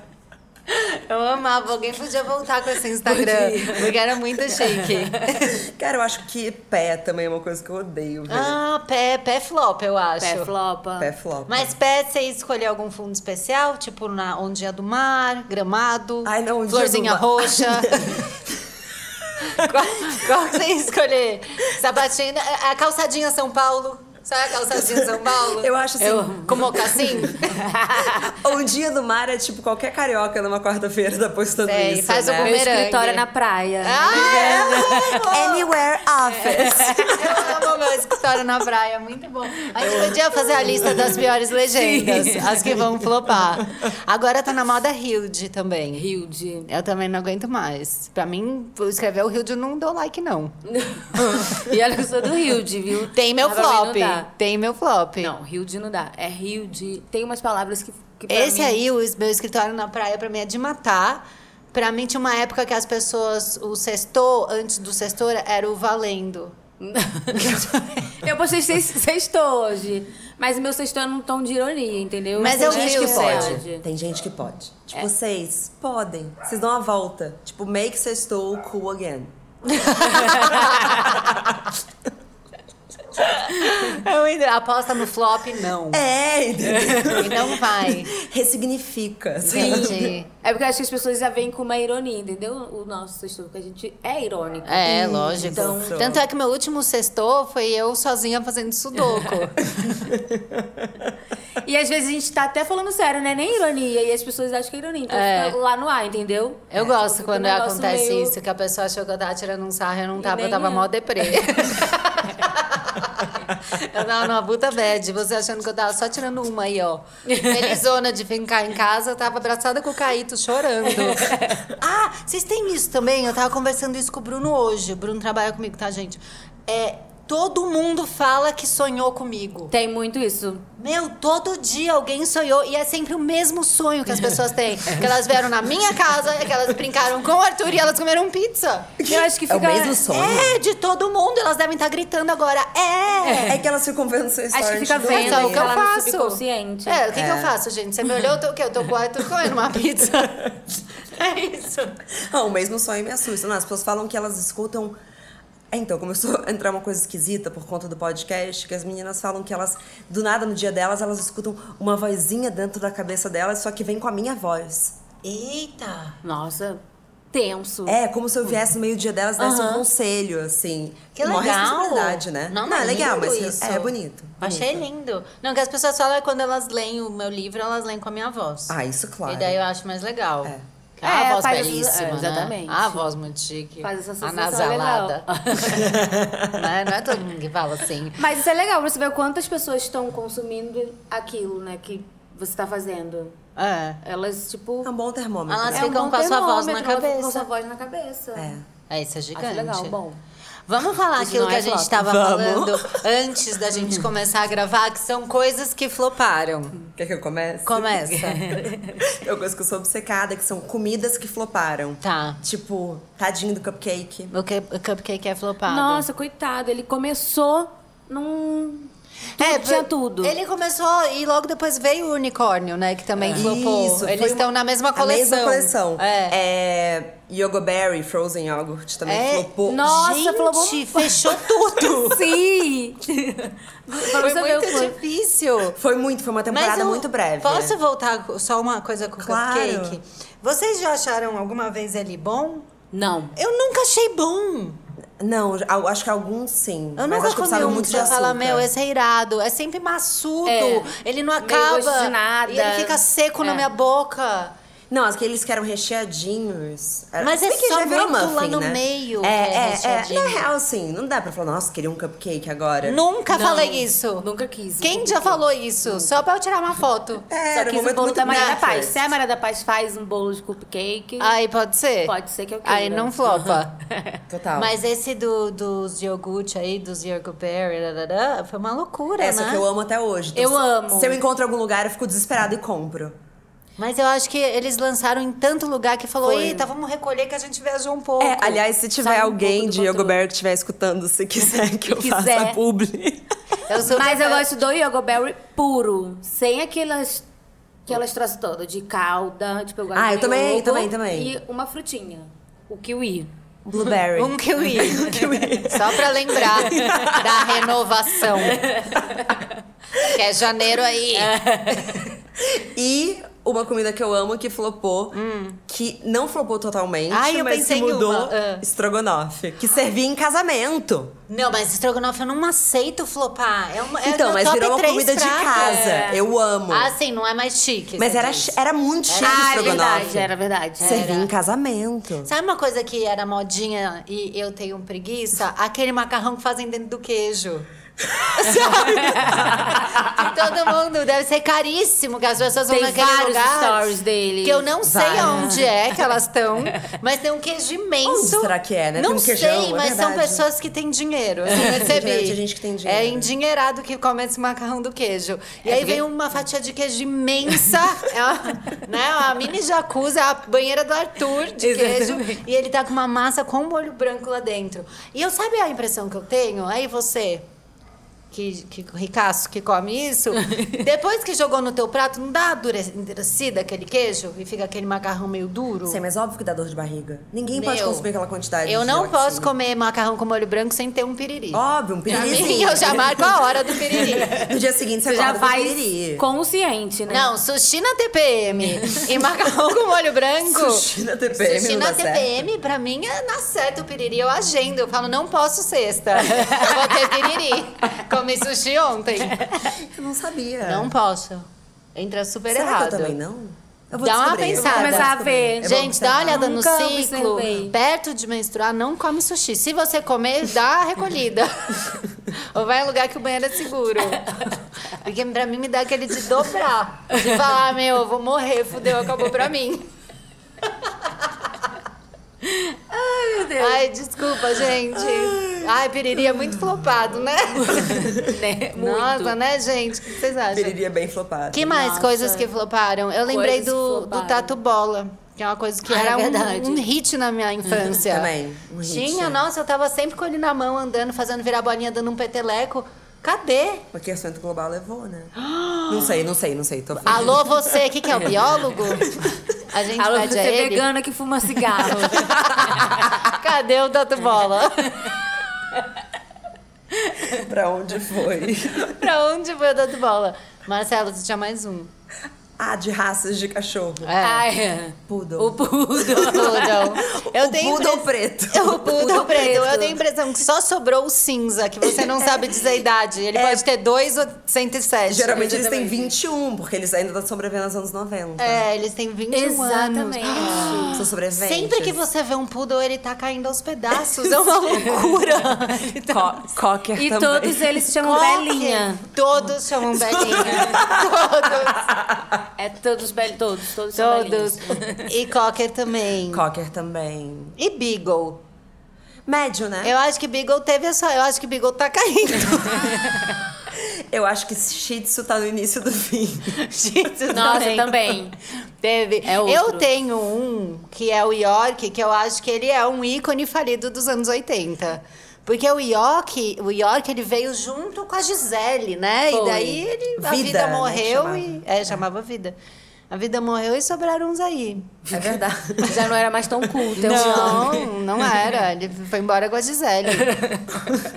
Speaker 1: Eu amava, alguém podia voltar com esse Instagram, porque era muito chique.
Speaker 2: Cara, eu acho que pé também é uma coisa que eu odeio, velho.
Speaker 1: Ah, pé, pé flop, eu acho.
Speaker 3: Pé flopa.
Speaker 2: Pé flop.
Speaker 1: Mas pé, você escolheu algum fundo especial? Tipo, na Onde é do Mar, Gramado,
Speaker 2: Ai, não, Onde é do
Speaker 1: Florzinha
Speaker 2: Mar.
Speaker 1: Roxa. qual, qual que você ia escolher? Sabatina, a a calçadinha São Paulo. Sabe a calçadinha São Paulo?
Speaker 2: Eu acho assim,
Speaker 1: Com mocassim?
Speaker 2: o dia do mar é tipo qualquer carioca numa quarta-feira tá postando
Speaker 1: Sei,
Speaker 2: isso,
Speaker 1: faz o
Speaker 2: né?
Speaker 3: Meu
Speaker 1: bumerangue.
Speaker 3: escritório é na praia.
Speaker 1: Ah.
Speaker 2: Anywhere
Speaker 3: É,
Speaker 2: office.
Speaker 1: Eu amo meu escritório na praia, muito bom. A gente podia fazer a lista das piores legendas, as que vão flopar. Agora tá na moda Hilde também.
Speaker 3: Hilde.
Speaker 1: Eu também não aguento mais. Pra mim, escrever o Hilde eu não dou like, não.
Speaker 3: e olha que eu sou do Hilde, viu?
Speaker 1: Tem meu
Speaker 3: Mas Ah, pra mim
Speaker 1: flop.
Speaker 3: Não, dá.
Speaker 1: Tem meu flop.
Speaker 3: não, Hilde não dá. É Hilde. Tem umas palavras que. que pra
Speaker 1: Esse
Speaker 3: mim-
Speaker 1: aí, o meu escritório na praia, pra mim é de matar. Pra mim, tinha uma época que as pessoas, o sextou, antes do sextor, era o valendo.
Speaker 3: Eu postei seis- sexto hoje. Mas o meu sexto é num tom de ironia, entendeu? Tipo,
Speaker 1: Mas
Speaker 3: Tem
Speaker 1: eu
Speaker 3: gente
Speaker 1: vi o
Speaker 3: que
Speaker 1: seu.
Speaker 3: pode. É.
Speaker 2: Tem gente que pode. Tipo, vocês podem. Vocês dão uma volta. Tipo, make sextou cool again.
Speaker 1: Eu ainda aposta no flop, não.
Speaker 2: É, entendeu?
Speaker 1: E não vai.
Speaker 2: Ressignifica. sabe?
Speaker 1: Entendi.
Speaker 3: É porque eu acho que as pessoas já vêm com uma ironia, entendeu? O nosso sexto, porque a gente é irônico.
Speaker 1: É, lógico.
Speaker 2: então-
Speaker 1: Tanto é que meu último sextou foi eu sozinha fazendo sudoku.
Speaker 3: E às vezes a gente tá até falando sério, né? Nem ironia. E as pessoas acham que é ironia. Então
Speaker 1: É.
Speaker 3: fica lá no ar, entendeu?
Speaker 1: Eu
Speaker 3: É,
Speaker 1: gosto
Speaker 3: fica um
Speaker 1: quando
Speaker 3: negócio
Speaker 1: acontece
Speaker 3: meio-
Speaker 1: isso, que a pessoa achou que eu tava tirando um sarro e eu não
Speaker 3: E
Speaker 1: tava, eu
Speaker 3: nem
Speaker 1: tava
Speaker 3: é.
Speaker 1: mó deprê. Eu tava numa puta bad, você achando que eu tava só tirando uma aí, ó. Felizona de ficar em casa, eu tava abraçada com o Caíto, chorando. Ah, vocês têm isso também? Eu tava conversando isso com o Bruno hoje. O Bruno trabalha comigo, tá, gente? É, todo mundo fala que sonhou comigo.
Speaker 3: Tem muito isso.
Speaker 1: Meu, todo dia alguém sonhou e é sempre o mesmo sonho que as pessoas têm. Que elas vieram na minha casa, que elas brincaram com o Arthur e elas comeram pizza.
Speaker 3: Eu acho que
Speaker 2: É
Speaker 3: fica.
Speaker 2: o mesmo sonho.
Speaker 1: É, de todo mundo, elas devem estar gritando agora. É!
Speaker 2: É que elas ficam vendo seu story.
Speaker 3: Acho que fica
Speaker 2: de
Speaker 3: vendo
Speaker 1: Mas é o
Speaker 3: aí,
Speaker 1: que eu
Speaker 3: lá no
Speaker 1: faço.
Speaker 3: subconsciente.
Speaker 1: É, o que, que eu faço, gente? Você me olhou, eu tô o quê? Eu tô com o Arthur comendo uma pizza. É isso.
Speaker 2: Ah, o mesmo sonho me assusta. Não, as pessoas falam que elas escutam. É, Então, começou a entrar uma coisa esquisita por conta do podcast, que as meninas falam que elas, do nada, no dia delas, elas escutam uma vozinha dentro da cabeça delas, só que vem com a minha voz.
Speaker 1: Eita!
Speaker 3: Nossa, tenso.
Speaker 2: É, como se eu viesse no meio do dia delas e desse um
Speaker 3: Aham.
Speaker 2: conselho, assim.
Speaker 1: Que
Speaker 2: Morre
Speaker 1: legal.
Speaker 2: essa verdade, né?
Speaker 1: Não,
Speaker 2: é
Speaker 1: mas
Speaker 2: legal,
Speaker 1: lindo
Speaker 2: mas
Speaker 1: isso.
Speaker 2: é bonito.
Speaker 1: Achei lindo. Não, o que as pessoas falam é quando elas leem o meu livro, elas leem com a minha voz.
Speaker 2: Ah, isso claro.
Speaker 1: E daí eu acho mais legal.
Speaker 2: É.
Speaker 1: Que É. a
Speaker 3: É,
Speaker 1: voz
Speaker 3: faz essa-
Speaker 1: belíssima,
Speaker 3: é, exatamente.
Speaker 1: Né? A voz muito chique.
Speaker 3: Faz essa sensação
Speaker 1: Anasalada.
Speaker 3: legal.
Speaker 1: Né? Não é todo mundo que fala assim.
Speaker 3: Mas isso é legal pra você ver quantas pessoas estão consumindo aquilo, né, que você tá fazendo.
Speaker 1: É.
Speaker 3: Elas, tipo.
Speaker 2: É um bom termômetro.
Speaker 1: Elas
Speaker 2: né?
Speaker 3: é um
Speaker 1: ficam
Speaker 3: bom
Speaker 1: com a sua voz na
Speaker 3: termômetro, elas ficam Com
Speaker 1: cabeça.
Speaker 3: a sua voz na cabeça.
Speaker 2: É.
Speaker 1: É, isso é
Speaker 3: Acho
Speaker 1: gigante.
Speaker 3: legal, bom.
Speaker 1: Vamos falar
Speaker 3: Isso
Speaker 1: aquilo
Speaker 3: não
Speaker 1: que
Speaker 3: é
Speaker 1: a gente
Speaker 3: flop.
Speaker 1: estava
Speaker 2: Vamos.
Speaker 1: falando antes da gente começar a gravar, que são coisas que floparam.
Speaker 2: Quer que eu comece?
Speaker 1: Começa.
Speaker 2: É uma coisa que eu sou obcecada, que são comidas que floparam.
Speaker 1: Tá.
Speaker 2: Tipo, tadinho do cupcake.
Speaker 1: O cup- o cupcake é flopado.
Speaker 3: Nossa, coitado, ele começou num.
Speaker 1: é,
Speaker 3: tinha
Speaker 1: por-
Speaker 3: tudo.
Speaker 1: Ele começou e logo depois veio o unicórnio, né? Que também
Speaker 3: É.
Speaker 1: flopou.
Speaker 2: Isso, foi
Speaker 1: Eles
Speaker 2: uma-
Speaker 1: estão na mesma coleção.
Speaker 2: A mesma coleção.
Speaker 1: É.
Speaker 2: É, Yogo Berry, Frozen Yogurt também
Speaker 1: É.
Speaker 2: flopou.
Speaker 3: Nossa,
Speaker 1: Gente,
Speaker 3: flopou.
Speaker 1: fechou tudo.
Speaker 3: Sim! pra
Speaker 1: foi
Speaker 3: você ver o
Speaker 1: muito
Speaker 3: quanto.
Speaker 1: difícil.
Speaker 2: Foi muito, foi uma temporada
Speaker 1: eu-
Speaker 2: muito breve. né?
Speaker 1: Posso voltar co- só uma coisa com o
Speaker 2: Claro.
Speaker 1: cupcake? Vocês já acharam alguma vez ele bom?
Speaker 3: Não.
Speaker 1: Eu nunca achei bom.
Speaker 2: Não, al- acho que alguns sim.
Speaker 1: Eu
Speaker 2: mas
Speaker 1: nunca
Speaker 2: acho
Speaker 1: comi
Speaker 2: que precisaram
Speaker 1: um
Speaker 2: muito
Speaker 1: muito
Speaker 2: de
Speaker 1: já
Speaker 2: açúcar.
Speaker 1: falar, meu, esse é irado. É sempre maçudo.
Speaker 3: É.
Speaker 1: Ele não
Speaker 3: Meio
Speaker 1: acaba.
Speaker 3: gosto de nada.
Speaker 1: E ele fica seco na
Speaker 3: É.
Speaker 1: minha boca.
Speaker 2: Não, aqueles que eram recheadinhos. Era-
Speaker 1: Mas
Speaker 2: se
Speaker 1: é
Speaker 2: bem que
Speaker 1: só
Speaker 2: já virou
Speaker 1: muito lá
Speaker 2: muffin,
Speaker 1: no
Speaker 2: né?
Speaker 1: meio que
Speaker 2: É,
Speaker 1: é
Speaker 2: é, é.
Speaker 1: recheadinho.
Speaker 2: Na real, assim, não dá pra falar, nossa, queria um cupcake agora.
Speaker 1: Nunca
Speaker 3: Não,
Speaker 1: falei isso.
Speaker 3: Nunca quis. um
Speaker 1: Quem já falou isso? Só pra eu tirar uma foto.
Speaker 2: É,
Speaker 3: Só
Speaker 2: era um
Speaker 3: quis o
Speaker 2: momento
Speaker 3: bolo
Speaker 2: muito
Speaker 1: tá
Speaker 3: da Maria da
Speaker 2: breakfast.
Speaker 3: Paz. Se a Maria da Paz faz um bolo de cupcake,
Speaker 1: Aí pode ser?
Speaker 3: pode ser que eu queira.
Speaker 1: Aí não flopa.
Speaker 2: Total.
Speaker 1: Mas esse do, dos iogurte aí, dos iogurberry, foi uma loucura,
Speaker 2: Essa
Speaker 1: né?
Speaker 2: que eu amo até hoje.
Speaker 3: Eu
Speaker 2: se,
Speaker 3: amo.
Speaker 2: Se eu encontro em algum lugar, eu fico desesperada e compro.
Speaker 1: Mas eu acho que eles lançaram em tanto lugar que falou,
Speaker 3: Foi.
Speaker 1: eita, vamos recolher que a gente viajou um pouco.
Speaker 2: É, aliás, se tiver
Speaker 3: Sai um
Speaker 2: alguém
Speaker 3: pouco do
Speaker 2: de Yogo
Speaker 3: controle.
Speaker 2: Berry que estiver escutando, se quiser que eu
Speaker 3: Se
Speaker 2: faça
Speaker 3: quiser.
Speaker 2: publi.
Speaker 1: eu sou
Speaker 3: Mas eu
Speaker 1: daquela-
Speaker 3: gosto do Yogoberry puro, sem aquelas aquelas troças todas de calda, tipo eu gosto
Speaker 2: Ah, eu
Speaker 3: de
Speaker 2: também,
Speaker 3: yogo
Speaker 2: também, também.
Speaker 3: E uma frutinha, o kiwi.
Speaker 2: Blueberry.
Speaker 1: Um kiwi. Só pra lembrar da renovação. que é janeiro aí.
Speaker 2: E uma comida que eu amo que flopou, que não flopou totalmente,
Speaker 1: Hum. Ai, eu
Speaker 2: mas
Speaker 1: pensei
Speaker 2: que
Speaker 1: em
Speaker 2: mudou
Speaker 1: uma. Ah.
Speaker 2: estrogonofe, que servia em casamento.
Speaker 1: Não, mas estrogonofe eu não aceito flopar. É uma, é
Speaker 2: então,
Speaker 1: meu
Speaker 2: mas
Speaker 1: top
Speaker 2: virou uma
Speaker 1: três
Speaker 2: comida de
Speaker 1: pratos.
Speaker 2: casa. Eu amo.
Speaker 1: Ah, sim, não é mais chique.
Speaker 2: mas
Speaker 1: você
Speaker 2: era,
Speaker 1: diz.
Speaker 2: chi- era muito chique
Speaker 3: ah, é
Speaker 2: estrogonofe.
Speaker 3: verdade, era verdade.
Speaker 1: é
Speaker 2: Servia em casamento.
Speaker 1: Sabe uma coisa que era modinha e eu tenho preguiça? Aquele macarrão que fazem dentro do queijo. Sabe? Que todo mundo deve ser caríssimo, que as pessoas vão
Speaker 3: Tem
Speaker 1: naquele
Speaker 3: vários
Speaker 1: lugar.
Speaker 3: stories deles.
Speaker 1: Que eu não sei
Speaker 2: Vários.
Speaker 1: onde é que elas estão, mas tem um queijo imenso.
Speaker 2: né? Onde será que é, né? Tem
Speaker 1: Não
Speaker 2: um queijão,
Speaker 1: sei,
Speaker 2: é
Speaker 1: mas são
Speaker 2: verdade. É,
Speaker 1: pessoas que têm dinheiro. assim, eu percebi.
Speaker 2: Geralmente a gente que tem dinheiro. né?
Speaker 1: É
Speaker 2: É
Speaker 1: endinheirado que come esse macarrão do queijo. E aí vem uma fatia de queijo imensa, é uma, né? Uma mini jacuzzi, é a banheira do Arthur de queijo. E ele tá com uma massa com um molho branco lá dentro. E eu sabe a impressão que eu tenho? Aí você. Que, que ricaço que come isso, depois que jogou no teu prato, não dá dure- endurecida aquele queijo e fica aquele macarrão meio duro?
Speaker 2: Sei, mas óbvio que dá dor de barriga. Ninguém pode
Speaker 1: Meu,
Speaker 2: consumir aquela quantidade.
Speaker 1: Eu
Speaker 2: de
Speaker 1: não
Speaker 2: gelatina.
Speaker 1: posso comer macarrão com molho branco sem ter um piriri.
Speaker 2: Óbvio, um
Speaker 1: Pra mim,
Speaker 2: piririzinho.
Speaker 1: eu já marco a hora do piriri.
Speaker 2: No dia seguinte você,
Speaker 3: Você já
Speaker 2: acorda com
Speaker 3: faz
Speaker 2: piriri.
Speaker 3: consciente, né?
Speaker 1: Não, sushi na TPM e macarrão com molho branco.
Speaker 2: Sushi na TPM
Speaker 1: Sushi
Speaker 2: não
Speaker 1: na
Speaker 2: dá certo.
Speaker 1: TPM, pra mim, é na certa o piriri. Eu agendo, eu falo, não posso sexta. Eu vou ter piriri. Comi sushi ontem.
Speaker 2: Eu não sabia.
Speaker 1: Não posso. Entra super
Speaker 2: Será
Speaker 1: errado.
Speaker 2: que eu também não? Eu
Speaker 1: Dá uma
Speaker 2: descobrir, eu
Speaker 1: pensada.
Speaker 3: Vou começar a
Speaker 2: descobrir.
Speaker 3: ver.
Speaker 2: Eu vou
Speaker 1: Gente, dá uma
Speaker 2: É observar.
Speaker 1: olhada no
Speaker 3: Nunca
Speaker 1: ciclo.
Speaker 3: observei.
Speaker 1: Perto de menstruar, não come sushi. Se você comer, dá a recolhida. Ou vai em lugar que o banheiro é seguro.
Speaker 6: Porque pra mim me dá aquele de dobrar.
Speaker 1: De falar, meu, eu vou morrer, fudeu, acabou pra mim.
Speaker 6: Ai, meu Deus.
Speaker 1: Ai, desculpa, gente. Ai, Piriri é muito flopado, né?
Speaker 3: né? Muito.
Speaker 1: Nossa, né, gente? O que vocês acham?
Speaker 2: Periria bem flopado.
Speaker 1: Que mais
Speaker 3: Nossa.
Speaker 1: coisas que floparam? Eu lembrei
Speaker 3: Coisas
Speaker 1: do,
Speaker 3: que floparam.
Speaker 1: do Tatu Bola, que é uma coisa que
Speaker 3: Ah, é
Speaker 1: era
Speaker 3: verdade.
Speaker 1: um, um hit na minha infância.
Speaker 2: Também, um hit,
Speaker 1: Tinha,
Speaker 2: é.
Speaker 1: nossa, eu tava sempre com ele na mão, andando, fazendo virar bolinha, dando um peteleco. Cadê?
Speaker 2: O aquecimento global levou, né? não sei, não sei, não sei. Tô falando.
Speaker 1: Alô, você, o que, que é o biólogo? A gente
Speaker 3: Alô,
Speaker 1: pede
Speaker 3: você
Speaker 1: a ele.
Speaker 3: "É vegana que fuma cigarro.
Speaker 1: Cadê o Tatu Bola?
Speaker 2: pra onde foi?
Speaker 1: pra onde foi o Tatu Bola? Marcelo, você tinha mais um.
Speaker 2: ah, de raças de cachorro.
Speaker 1: É.
Speaker 3: Ai, é.
Speaker 2: Poodle.
Speaker 3: O poodle.
Speaker 1: Poodle. Eu
Speaker 2: o
Speaker 1: tenho
Speaker 2: poodle
Speaker 1: impre-
Speaker 2: preto.
Speaker 1: O poodle
Speaker 3: Poodle
Speaker 1: preto. Eu
Speaker 3: preto.
Speaker 1: tenho a impressão que só sobrou o cinza, que você não sabe dizer a idade. Ele pode ter 2 ou 107.
Speaker 2: Geralmente eles têm 21, porque eles ainda estão sobrevivendo nos anos 90.
Speaker 1: É, eles têm 21 anos.
Speaker 3: Exatamente.
Speaker 2: Ah, São sobreviventes.
Speaker 1: Sempre que você vê um poodle, ele tá caindo aos pedaços. É uma loucura.
Speaker 2: Co cocker
Speaker 3: E
Speaker 2: também.
Speaker 3: todos eles se chamam
Speaker 1: Cocker.
Speaker 3: Belinha.
Speaker 1: Todos chamam Belinha. Todos.
Speaker 3: É todos belinhos. Todos, todos são
Speaker 1: Todos.
Speaker 3: belinhos.
Speaker 1: E Cocker também.
Speaker 2: Cocker também.
Speaker 1: E Beagle.
Speaker 2: Médio, né?
Speaker 1: Eu acho que Beagle teve a sua. Eu acho que Beagle tá caindo.
Speaker 2: Eu acho que Shih Tzu tá no início do fim.
Speaker 1: Gente,
Speaker 3: Nossa, também.
Speaker 1: Teve.
Speaker 3: É outro.
Speaker 1: eu tenho um que é o York, que eu acho que ele é um ícone falido dos anos 80. Porque o York, o York, ele veio junto com a Gisele, né? E
Speaker 3: Foi.
Speaker 1: daí ele, a
Speaker 2: Vida,
Speaker 1: vida
Speaker 2: né,
Speaker 1: morreu
Speaker 2: chamava.
Speaker 1: e. É, chamava vida. A vida morreu e sobraram uns aí.
Speaker 2: É verdade.
Speaker 3: Já não era mais tão culto. eu
Speaker 1: Não, um não era. Ele foi embora com a Gisele.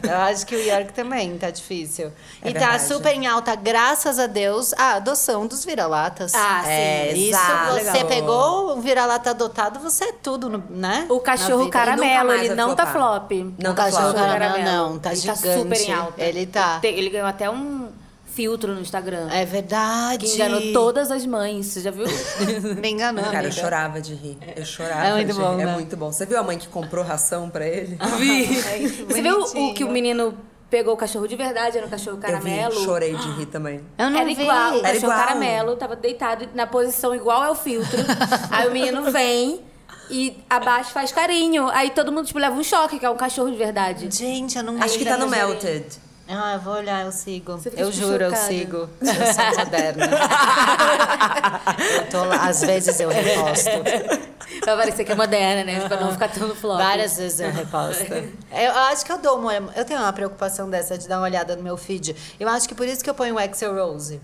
Speaker 1: Eu acho que o York também tá difícil.
Speaker 2: É
Speaker 1: e
Speaker 2: verdade.
Speaker 1: tá super em alta, graças a Deus, a adoção dos vira-latas.
Speaker 3: Ah, sim.
Speaker 2: É,
Speaker 1: Isso,
Speaker 2: exato.
Speaker 1: você pegou um vira-lata adotado, você é tudo, no- né?
Speaker 3: O
Speaker 1: Na
Speaker 3: cachorro
Speaker 1: vida.
Speaker 2: Ele nunca
Speaker 3: caramelo,
Speaker 2: mais
Speaker 3: ele
Speaker 2: vai
Speaker 3: não tá
Speaker 2: flopar.
Speaker 3: flop.
Speaker 2: Não
Speaker 1: O
Speaker 2: tá
Speaker 1: cachorro
Speaker 2: flop.
Speaker 1: caramelo não, tá
Speaker 3: ele tá
Speaker 1: gigante.
Speaker 3: super em alta.
Speaker 1: Ele tá.
Speaker 3: Tem- Ele ganhou até um filtro no Instagram.
Speaker 1: É verdade.
Speaker 3: Que enganou todas as mães, você já viu?
Speaker 1: Me enganou,
Speaker 2: Cara, eu
Speaker 1: amiga.
Speaker 2: chorava de rir. Eu chorava
Speaker 1: É muito
Speaker 2: de
Speaker 1: bom,
Speaker 2: rir.
Speaker 1: né?
Speaker 2: É muito bom. Você viu a mãe que comprou ração pra ele?
Speaker 3: Você viu o que o menino pegou o cachorro de verdade? Era um cachorro caramelo.
Speaker 2: Eu vi, chorei de rir também.
Speaker 1: Eu não
Speaker 3: Era
Speaker 1: vi.
Speaker 3: igual, o
Speaker 2: Era
Speaker 3: cachorro
Speaker 2: igual.
Speaker 3: caramelo, tava deitado na posição igual ao filtro. aí o menino vem e abaixo faz carinho. Aí todo mundo tipo, leva um choque, que é um cachorro de verdade.
Speaker 1: Gente, eu não vi.
Speaker 2: Acho que tá no Melted.
Speaker 1: Ah, eu vou olhar, eu sigo.
Speaker 3: Você fica,
Speaker 1: Eu
Speaker 3: tipo,
Speaker 1: juro, eu
Speaker 3: chocada.
Speaker 1: sigo. Eu sou moderna. eu tô lá, às vezes eu reposto.
Speaker 3: Pra parecer que é moderna, né? Pra não ficar tão flop.
Speaker 1: Várias vezes eu reposto. É, Eu acho que eu dou uma. Eu tenho uma preocupação dessa de dar uma olhada no meu feed. Eu acho que por isso que eu ponho o Excel Rose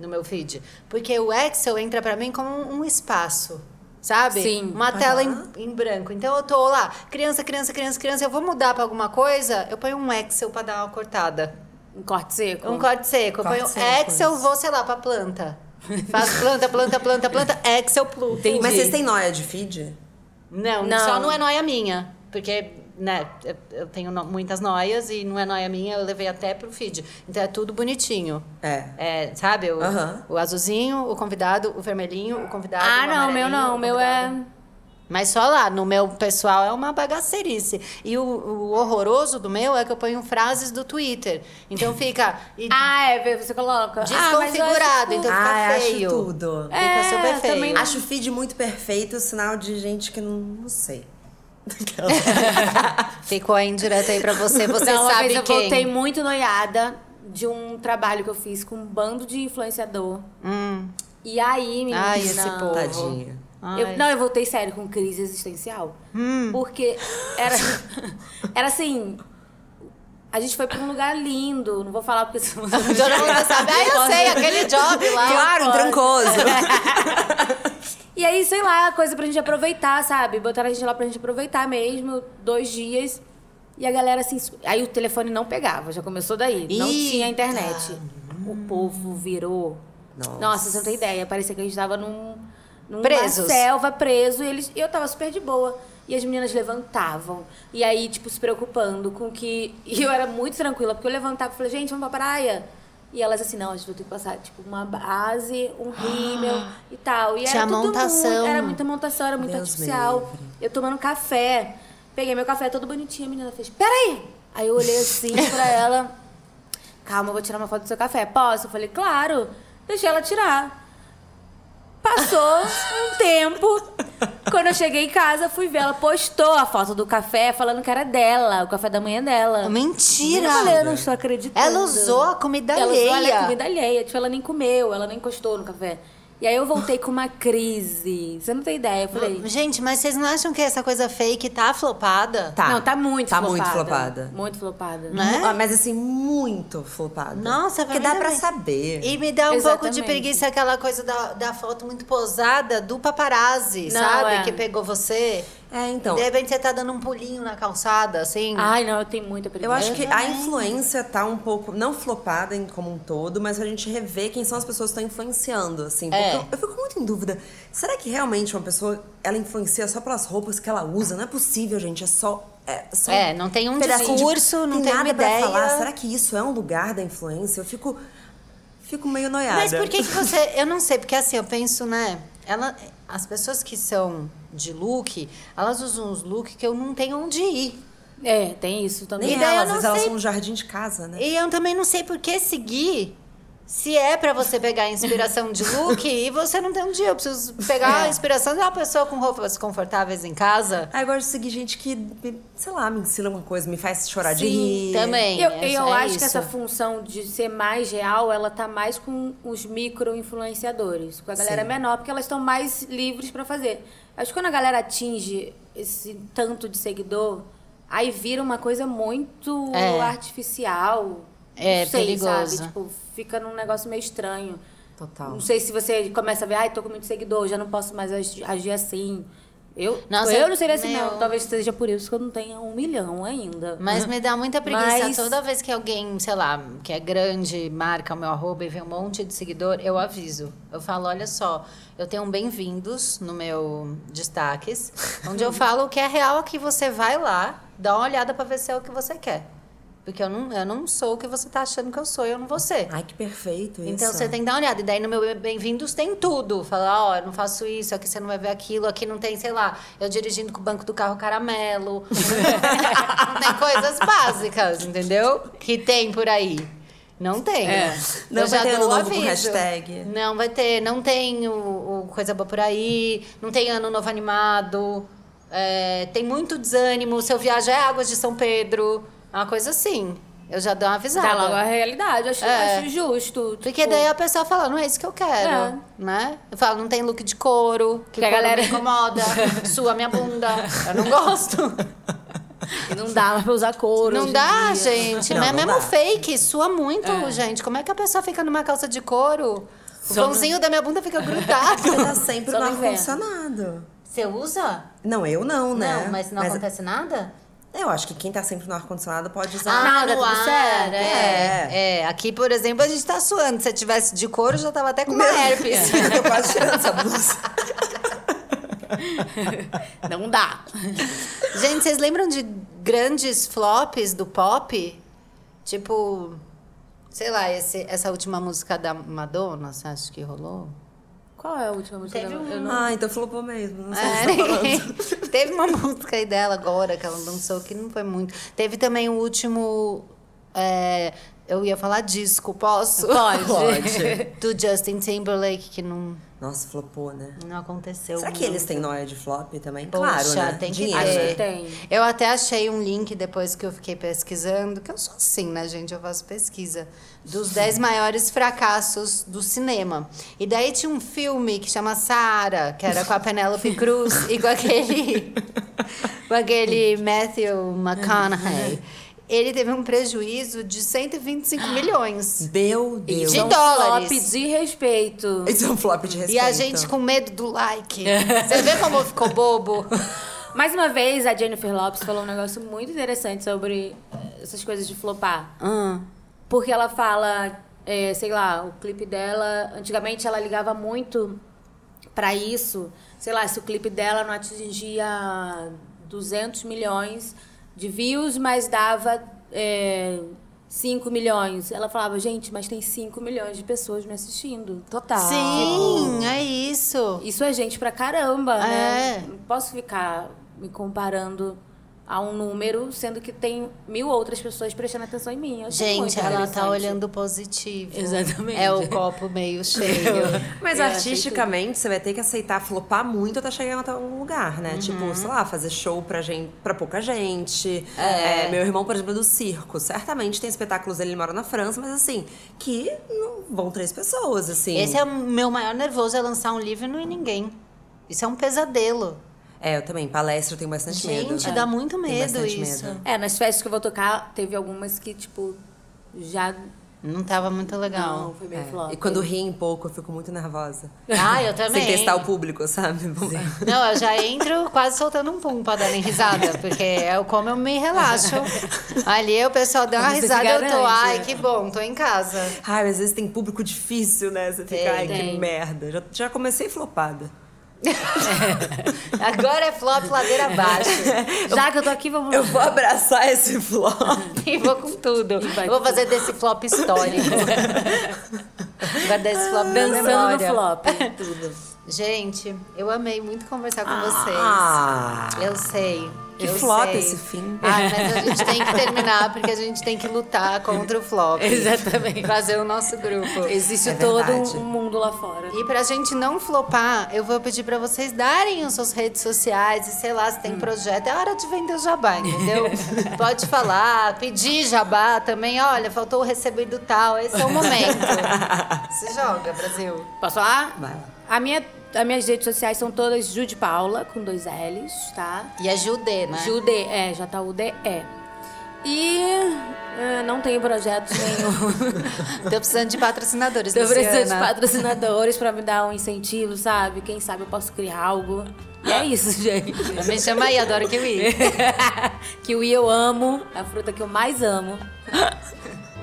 Speaker 1: no meu feed. Porque o Excel entra pra mim como um espaço. Sabe?
Speaker 3: Sim.
Speaker 1: Uma tela em, em branco. Então eu tô lá, criança, criança, criança, criança, eu vou mudar pra alguma coisa, eu ponho um Excel pra dar uma cortada.
Speaker 3: Um corte seco.
Speaker 1: Um corte seco. Eu
Speaker 2: Corte
Speaker 1: ponho
Speaker 2: seco,
Speaker 1: Excel, vou, sei lá, pra planta. Faz planta, planta, planta, planta, Excel plus.
Speaker 3: Entendi.
Speaker 2: Mas vocês têm noia de feed?
Speaker 1: Não,
Speaker 3: Não.
Speaker 1: só não é noia minha. Porque, né, eu- eu tenho no- muitas noias e não é noia minha, eu levei até pro feed. Então é tudo bonitinho.
Speaker 2: É.
Speaker 1: É, sabe? O,
Speaker 2: Aham.
Speaker 1: o azulzinho, o convidado, o vermelhinho, o convidado.
Speaker 3: Ah,
Speaker 1: o
Speaker 3: não, meu
Speaker 1: amarelinho,
Speaker 3: não.
Speaker 1: o
Speaker 3: O meu
Speaker 1: convidado.
Speaker 3: é.
Speaker 1: Mas só lá, no meu pessoal é uma bagaceirice. E o, o horroroso do meu é que eu ponho frases do Twitter. Então fica e
Speaker 3: Ah, é, você coloca.
Speaker 1: desconfigurado, então fica
Speaker 2: Ah, eu acho
Speaker 1: feio.
Speaker 2: tudo.
Speaker 1: Fica
Speaker 3: É,
Speaker 1: super
Speaker 3: eu
Speaker 1: feio.
Speaker 3: também não-
Speaker 1: Acho-
Speaker 2: Acho o feed muito perfeito, sinal de gente que não, não sei.
Speaker 1: Ficou a indireta Tá aí pra você, você
Speaker 3: Não, uma
Speaker 1: sabe
Speaker 3: vez eu
Speaker 1: quem.
Speaker 3: voltei muito noiada de um trabalho que eu fiz com um bando de influenciador. Hum. E aí, menina...
Speaker 1: Ai, esse povo.
Speaker 2: Tadinha.
Speaker 3: Eu, não, eu voltei sério com crise existencial.
Speaker 1: Hum.
Speaker 3: Porque era, era assim... A gente foi pra um lugar lindo. Não vou falar porque... senão-
Speaker 1: Todo mundo sabe, ah, eu sei, aquele job lá.
Speaker 2: Claro, um trancoso.
Speaker 3: E aí, sei lá, coisa pra gente aproveitar, sabe? Botaram a gente lá pra gente aproveitar mesmo, dois dias. E a galera assim. su- Aí o telefone não pegava, já começou daí. Não
Speaker 1: Eita!
Speaker 3: tinha internet. O povo virou.
Speaker 2: Nossa.
Speaker 3: Nossa, você não tem ideia. Parecia que a gente tava num. numa
Speaker 1: Presos.
Speaker 3: selva, preso. E eles, eu tava super de boa. E as meninas levantavam. E aí, tipo, se preocupando com que. E eu era muito tranquila, porque eu levantava e falei, gente, vamos pra praia. E elas assim, não, a gente vai ter que passar, tipo, uma base, um rímel e tal. E
Speaker 1: Tinha
Speaker 3: era tudo
Speaker 1: montação.
Speaker 3: muito- era muita montação, era muito
Speaker 2: Deus me
Speaker 3: artificial.
Speaker 2: livre.
Speaker 3: Eu tomando café. Peguei meu café todo bonitinho, a menina fez, peraí! Aí eu olhei assim pra ela. Calma, eu vou tirar uma foto do seu café. Posso? Eu falei, claro. Deixei ela tirar. Passou um tempo. Quando eu cheguei em casa, fui ver. Ela postou a foto do café falando que era dela, o café da manhã dela.
Speaker 7: Mentira!
Speaker 3: Eu falei, eu não estou acreditando.
Speaker 7: Ela usou a comida
Speaker 3: Ela usou
Speaker 7: alheia.
Speaker 3: a comida alheia. Tipo, ela nem comeu, ela nem encostou no café. E aí eu voltei com uma crise. Você não tem ideia. Eu falei.
Speaker 1: Gente, mas vocês não acham que essa coisa fake tá flopada?
Speaker 2: Tá.
Speaker 3: Não, tá muito
Speaker 2: Tá
Speaker 3: flopada.
Speaker 2: muito flopada.
Speaker 3: Muito flopada.
Speaker 1: Né?
Speaker 2: Ah, Mas assim, muito flopada.
Speaker 1: Nossa, pra
Speaker 2: Porque
Speaker 1: mim
Speaker 2: dá pra
Speaker 1: também.
Speaker 2: saber.
Speaker 1: E me dá um pouco de
Speaker 3: Exatamente.
Speaker 1: preguiça aquela coisa da, da foto muito posada do paparazzi,
Speaker 3: Não,
Speaker 1: sabe?
Speaker 3: é.
Speaker 1: Que pegou você.
Speaker 2: É, então.
Speaker 1: De repente você tá dando um pulinho na calçada, assim.
Speaker 3: Ai, não, eu tenho muita preguiça.
Speaker 2: Eu acho que a influência tá um pouco, não flopada em como um todo, mas a gente rever quem são as pessoas que estão influenciando, assim. Porque
Speaker 1: É.
Speaker 2: eu, eu fico muito em dúvida. Será que realmente uma pessoa, ela influencia só pelas roupas que ela usa? Não é possível, gente. É só... É, só
Speaker 1: É, não tem um
Speaker 2: pedacinho de-
Speaker 1: discurso, não tem uma
Speaker 2: nada pra
Speaker 1: ideia.
Speaker 2: falar. Será que isso é um lugar da influência? Eu fico, fico meio noiada.
Speaker 1: Mas por que, que você. Eu não sei, porque assim, eu penso, né? Ela, as pessoas que são de look, elas usam uns looks que eu não tenho onde ir.
Speaker 3: É, tem isso também.
Speaker 2: Nem
Speaker 1: E daí eu
Speaker 2: elas, às
Speaker 1: não
Speaker 2: vezes elas
Speaker 1: sei-
Speaker 2: são um jardim de casa, né?
Speaker 1: E eu também não sei por que seguir. Se é pra você pegar inspiração de look e você não tem um dia, eu preciso pegar a inspiração de uma pessoa com roupas confortáveis em casa.
Speaker 2: Ah, eu gosto de seguir gente que, me- sei lá, me ensina alguma coisa, me faz chorar de
Speaker 3: Sim,
Speaker 2: rir.
Speaker 1: também.
Speaker 3: Eu,
Speaker 1: é-
Speaker 3: eu
Speaker 1: é
Speaker 3: acho
Speaker 1: isso.
Speaker 3: que essa função de ser mais real, ela tá mais com os micro-influenciadores, com a galera
Speaker 2: Sim.
Speaker 3: menor, porque elas estão mais livres pra fazer. Acho que quando a galera atinge esse tanto de seguidor, aí vira uma coisa muito
Speaker 1: É.
Speaker 3: artificial.
Speaker 1: É,
Speaker 3: não sei,
Speaker 1: perigoso.
Speaker 3: sabe? Tipo, fica num negócio meio estranho.
Speaker 2: Total.
Speaker 3: Não sei se você começa a ver, ai, tô com muito seguidor, já não posso mais agi- agir assim. Eu,
Speaker 1: Nossa,
Speaker 3: eu não seria assim,
Speaker 1: meu.
Speaker 3: não. Talvez seja por isso que eu não tenha um milhão ainda.
Speaker 1: Mas me dá muita preguiça
Speaker 3: Mas-
Speaker 1: toda vez que alguém, sei lá, que é grande, marca o meu arroba e vê um monte de seguidor, eu aviso. Eu falo, olha só, eu tenho um bem-vindos no meu destaques, onde eu falo o que é real aqui, você vai lá, dá uma olhada pra ver se é o que você quer. Porque eu não, eu não sou o que você tá achando que eu sou, eu não vou ser.
Speaker 2: Ai, que perfeito isso.
Speaker 1: Então você tem que dar uma olhada. E daí no meu Bem-vindos tem tudo. Falar, ó, eu não faço isso, aqui você não vai ver aquilo, aqui não tem, sei lá, eu dirigindo com o banco do carro caramelo. não tem coisas básicas, entendeu? Que tem por aí. Não tem.
Speaker 2: É. Não
Speaker 1: Eu
Speaker 2: vai
Speaker 1: já
Speaker 2: ter
Speaker 1: dou
Speaker 2: ano
Speaker 1: o
Speaker 2: novo com
Speaker 1: aviso. Hum,
Speaker 2: hashtag.
Speaker 1: Não vai ter, não tem o, o coisa boa por aí, não tem ano novo animado, é, tem muito desânimo, seu viagem é águas de São Pedro, uma coisa assim. Eu já dou uma avisada.
Speaker 3: Dá logo a realidade, eu acho,
Speaker 1: É.
Speaker 3: acho justo.
Speaker 1: Porque
Speaker 3: tipo,
Speaker 1: daí a pessoa fala, não é isso que eu quero,
Speaker 3: É.
Speaker 1: né? Eu falo, não tem look de couro, que,
Speaker 3: Que a
Speaker 1: couro
Speaker 3: galera-
Speaker 1: me incomoda, sua minha bunda, eu não gosto.
Speaker 3: Não dá mais pra usar couro.
Speaker 1: Não
Speaker 3: hoje em
Speaker 1: dá,
Speaker 3: dia.
Speaker 1: gente,
Speaker 2: Não,
Speaker 1: mas
Speaker 2: não
Speaker 1: mesmo
Speaker 2: dá.
Speaker 1: fake, sua muito, gente. Como é que a pessoa fica numa calça de couro? O
Speaker 3: Só
Speaker 1: pãozinho da minha bunda fica grudado.
Speaker 2: Você tá sempre
Speaker 3: Só
Speaker 2: no
Speaker 3: no inverno.
Speaker 2: ar-condicionado.
Speaker 1: Você usa?
Speaker 2: Não, eu não, né?
Speaker 1: Não, mas não acontece nada?
Speaker 2: Eu acho que quem tá sempre no ar-condicionado pode
Speaker 1: Ah,
Speaker 2: usar.
Speaker 3: nada,
Speaker 1: no
Speaker 3: tudo
Speaker 1: ar,
Speaker 3: certo.
Speaker 1: É, é. Aqui, por exemplo, a gente tá suando. Se eu tivesse de couro, já tava até com uma herpes.
Speaker 2: eu quase tirando essa blusa.
Speaker 3: Não dá.
Speaker 1: Gente, vocês lembram de grandes flops do pop? Tipo, sei lá, esse- essa última música da Madonna, você acha que rolou?
Speaker 3: Qual é a última música?
Speaker 1: Teve
Speaker 3: da-
Speaker 1: um-
Speaker 3: eu não-
Speaker 2: Ah, então flopou mesmo. Não sei o que
Speaker 1: É,
Speaker 2: você tá falando.
Speaker 1: ninguém- Teve uma música aí dela agora que ela lançou que não foi muito. Teve também o último. é, eu ia falar disco, posso?
Speaker 3: Pode.
Speaker 1: Do Justin Timberlake, que não,
Speaker 2: Nossa, flopou, né?
Speaker 1: não aconteceu.
Speaker 2: Será que
Speaker 1: muito.
Speaker 2: eles têm noia de flop também? claro,
Speaker 1: Poxa,
Speaker 2: né?
Speaker 1: tem que
Speaker 2: Dinheiro,
Speaker 1: ter.
Speaker 3: Acho que
Speaker 2: né?
Speaker 3: tem.
Speaker 1: Eu até achei um link depois que eu fiquei pesquisando, que eu sou assim, né, gente? Eu faço pesquisa. Dos 10 maiores fracassos do cinema. E daí tinha um filme que chama Sara, que era com a Penélope Cruz e com aquele. com aquele Matthew McConaughey. Ele teve um prejuízo de 125 milhões.
Speaker 2: Meu Deus.
Speaker 1: De
Speaker 3: Isso é um
Speaker 1: dólares.
Speaker 3: flop de respeito.
Speaker 2: Isso é um flop de respeito.
Speaker 1: E a gente com medo do like. Você vê como ficou bobo?
Speaker 3: Mais uma vez, a Jennifer Lopes falou um negócio muito interessante sobre eh, essas coisas de flopar.
Speaker 1: Ah.
Speaker 3: Porque ela fala, eh, sei lá, o clipe dela. Antigamente ela ligava muito pra isso. Sei lá, se o clipe dela não atingia 200 milhões de views, mas dava eh, 5 milhões. Ela falava, gente, mas tem 5 milhões de pessoas me assistindo. Tipo, Total.
Speaker 1: Sim, é isso.
Speaker 3: Isso é gente pra caramba, né?
Speaker 1: É.
Speaker 3: Não posso ficar me comparando a um número, sendo que tem mil outras pessoas prestando atenção em mim. Eu achei
Speaker 1: Gente,
Speaker 3: muito
Speaker 1: ela tá
Speaker 3: interessante.
Speaker 1: olhando positivo.
Speaker 3: Exatamente.
Speaker 1: É o copo meio cheio.
Speaker 2: Mas
Speaker 3: Eu achei
Speaker 2: artisticamente, você vai ter que aceitar flopar muito até chegar até algum lugar,
Speaker 1: Uhum.
Speaker 2: né? Tipo, sei lá, fazer show pra, gente, pra pouca gente. É, meu irmão, por exemplo, é do circo. Certamente tem espetáculos dele, ele mora na França, mas assim, que não vão três pessoas, assim.
Speaker 1: Esse é o meu maior nervoso, é lançar um livro e não ir ninguém. Isso é um pesadelo.
Speaker 2: É, eu também. Palestra eu tenho bastante medo.
Speaker 1: Gente, dá muito
Speaker 2: Tem
Speaker 1: medo
Speaker 2: bastante
Speaker 1: isso.
Speaker 2: medo.
Speaker 3: É, nas festas que eu vou tocar, teve algumas que, tipo, já.
Speaker 1: Não tava muito legal.
Speaker 3: Não, foi meio flop.
Speaker 2: é. E quando riem pouco, eu fico muito nervosa.
Speaker 1: Ah, eu também.
Speaker 2: Sem testar o público, sabe?
Speaker 1: Não, eu já entro quase soltando um pum pra dar nem risada, porque é o como eu me relaxo. Ali o pessoal deu uma
Speaker 3: Você se
Speaker 1: risada, eu tô,
Speaker 3: garante,
Speaker 1: ai,
Speaker 3: né?
Speaker 1: que bom, tô em casa.
Speaker 2: Ai, mas às vezes tem público difícil, né? Você fica, ai, que merda. Já, já comecei flopada.
Speaker 1: Agora é flop ladeira abaixo.
Speaker 3: Já que eu tô aqui, vamos lá.
Speaker 2: Eu vou abraçar esse flop.
Speaker 1: E vou com tudo.
Speaker 3: vai
Speaker 1: Vou
Speaker 3: tudo.
Speaker 1: fazer desse flop histórico. Guardar esse flop na
Speaker 3: Dançando no
Speaker 1: memória.
Speaker 3: flop. Tudo.
Speaker 1: Gente, eu amei muito conversar com
Speaker 2: Ah.
Speaker 1: vocês. Eu sei.
Speaker 2: Que
Speaker 1: eu
Speaker 2: flop
Speaker 1: sei.
Speaker 2: esse fim.
Speaker 1: Ah, mas a gente tem que terminar, porque a gente tem que lutar contra o flop.
Speaker 3: Exatamente.
Speaker 1: Fazer o nosso grupo.
Speaker 3: Existe
Speaker 2: É
Speaker 3: todo
Speaker 2: verdade.
Speaker 3: um mundo lá fora.
Speaker 1: E pra gente não flopar, eu vou pedir pra vocês darem as suas redes sociais e sei lá se tem
Speaker 2: Hum.
Speaker 1: projeto. É hora de vender o jabá, entendeu? Pode falar, pedir jabá também. Olha, faltou o recebido tal. Esse é o momento. Se joga, Brasil.
Speaker 3: Posso falar?
Speaker 2: Vai lá.
Speaker 3: A minha, as minhas redes sociais são todas Jude Paula, com dois L's, tá?
Speaker 1: E ajudei, né?
Speaker 3: Jude, é, J-U-D-E. E eh, não tenho projetos nenhum.
Speaker 1: Tô precisando de patrocinadores,
Speaker 3: Tô precisando de
Speaker 1: Luciana.
Speaker 3: patrocinadores pra me dar um incentivo, sabe? Quem sabe eu posso criar algo. E é isso, gente.
Speaker 1: Me chama aí, adoro kiwi.
Speaker 3: Kiwi eu amo, é a fruta que eu mais amo.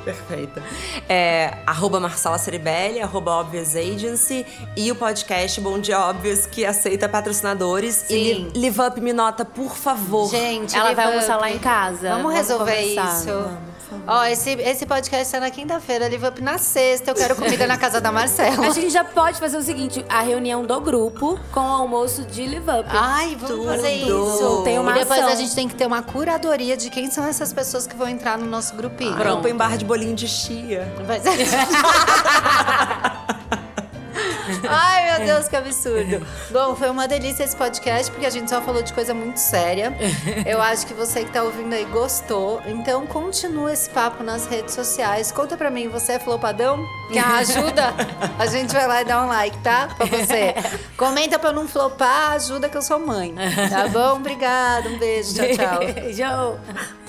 Speaker 2: Perfeita. É, arroba Marcela Ceribelli, arroba Obvious Agency e o podcast Bom Dia Óbvios, que aceita patrocinadores. E
Speaker 1: Sim.
Speaker 2: li- Live Up me nota, por favor.
Speaker 1: Gente,
Speaker 3: Ela vai
Speaker 1: Live
Speaker 3: almoçar
Speaker 1: Up.
Speaker 3: lá em casa.
Speaker 1: Vamos,
Speaker 3: Vamos
Speaker 1: resolver
Speaker 3: conversar.
Speaker 1: isso.
Speaker 3: Vamos,
Speaker 1: Ó, esse, esse podcast é na quinta-feira, Live Up na sexta. Eu quero comida na casa da Marcela.
Speaker 3: Acho que já pode fazer o seguinte: a reunião do grupo com o almoço de Live Up.
Speaker 1: Ai, vamos
Speaker 2: Tudo.
Speaker 1: fazer isso.
Speaker 3: Tem uma
Speaker 1: e depois
Speaker 3: ação.
Speaker 1: a gente tem que ter uma curadoria de quem são essas pessoas que vão entrar no nosso grupinho.
Speaker 2: Ai, Open bar de bolinho de chia.
Speaker 1: Vai ser- Ai, meu Deus, que absurdo. Bom, foi uma delícia esse podcast, porque a gente só falou de coisa muito séria. Eu acho que você que tá ouvindo aí gostou. Então, continua esse papo nas redes sociais. Conta pra mim, você é flopadão? Que ajuda? A gente vai lá e dá um like, tá? Pra você. Comenta pra eu não flopar, ajuda que eu sou mãe. Tá bom? Obrigada, um beijo. Tchau, tchau.
Speaker 3: Tchau.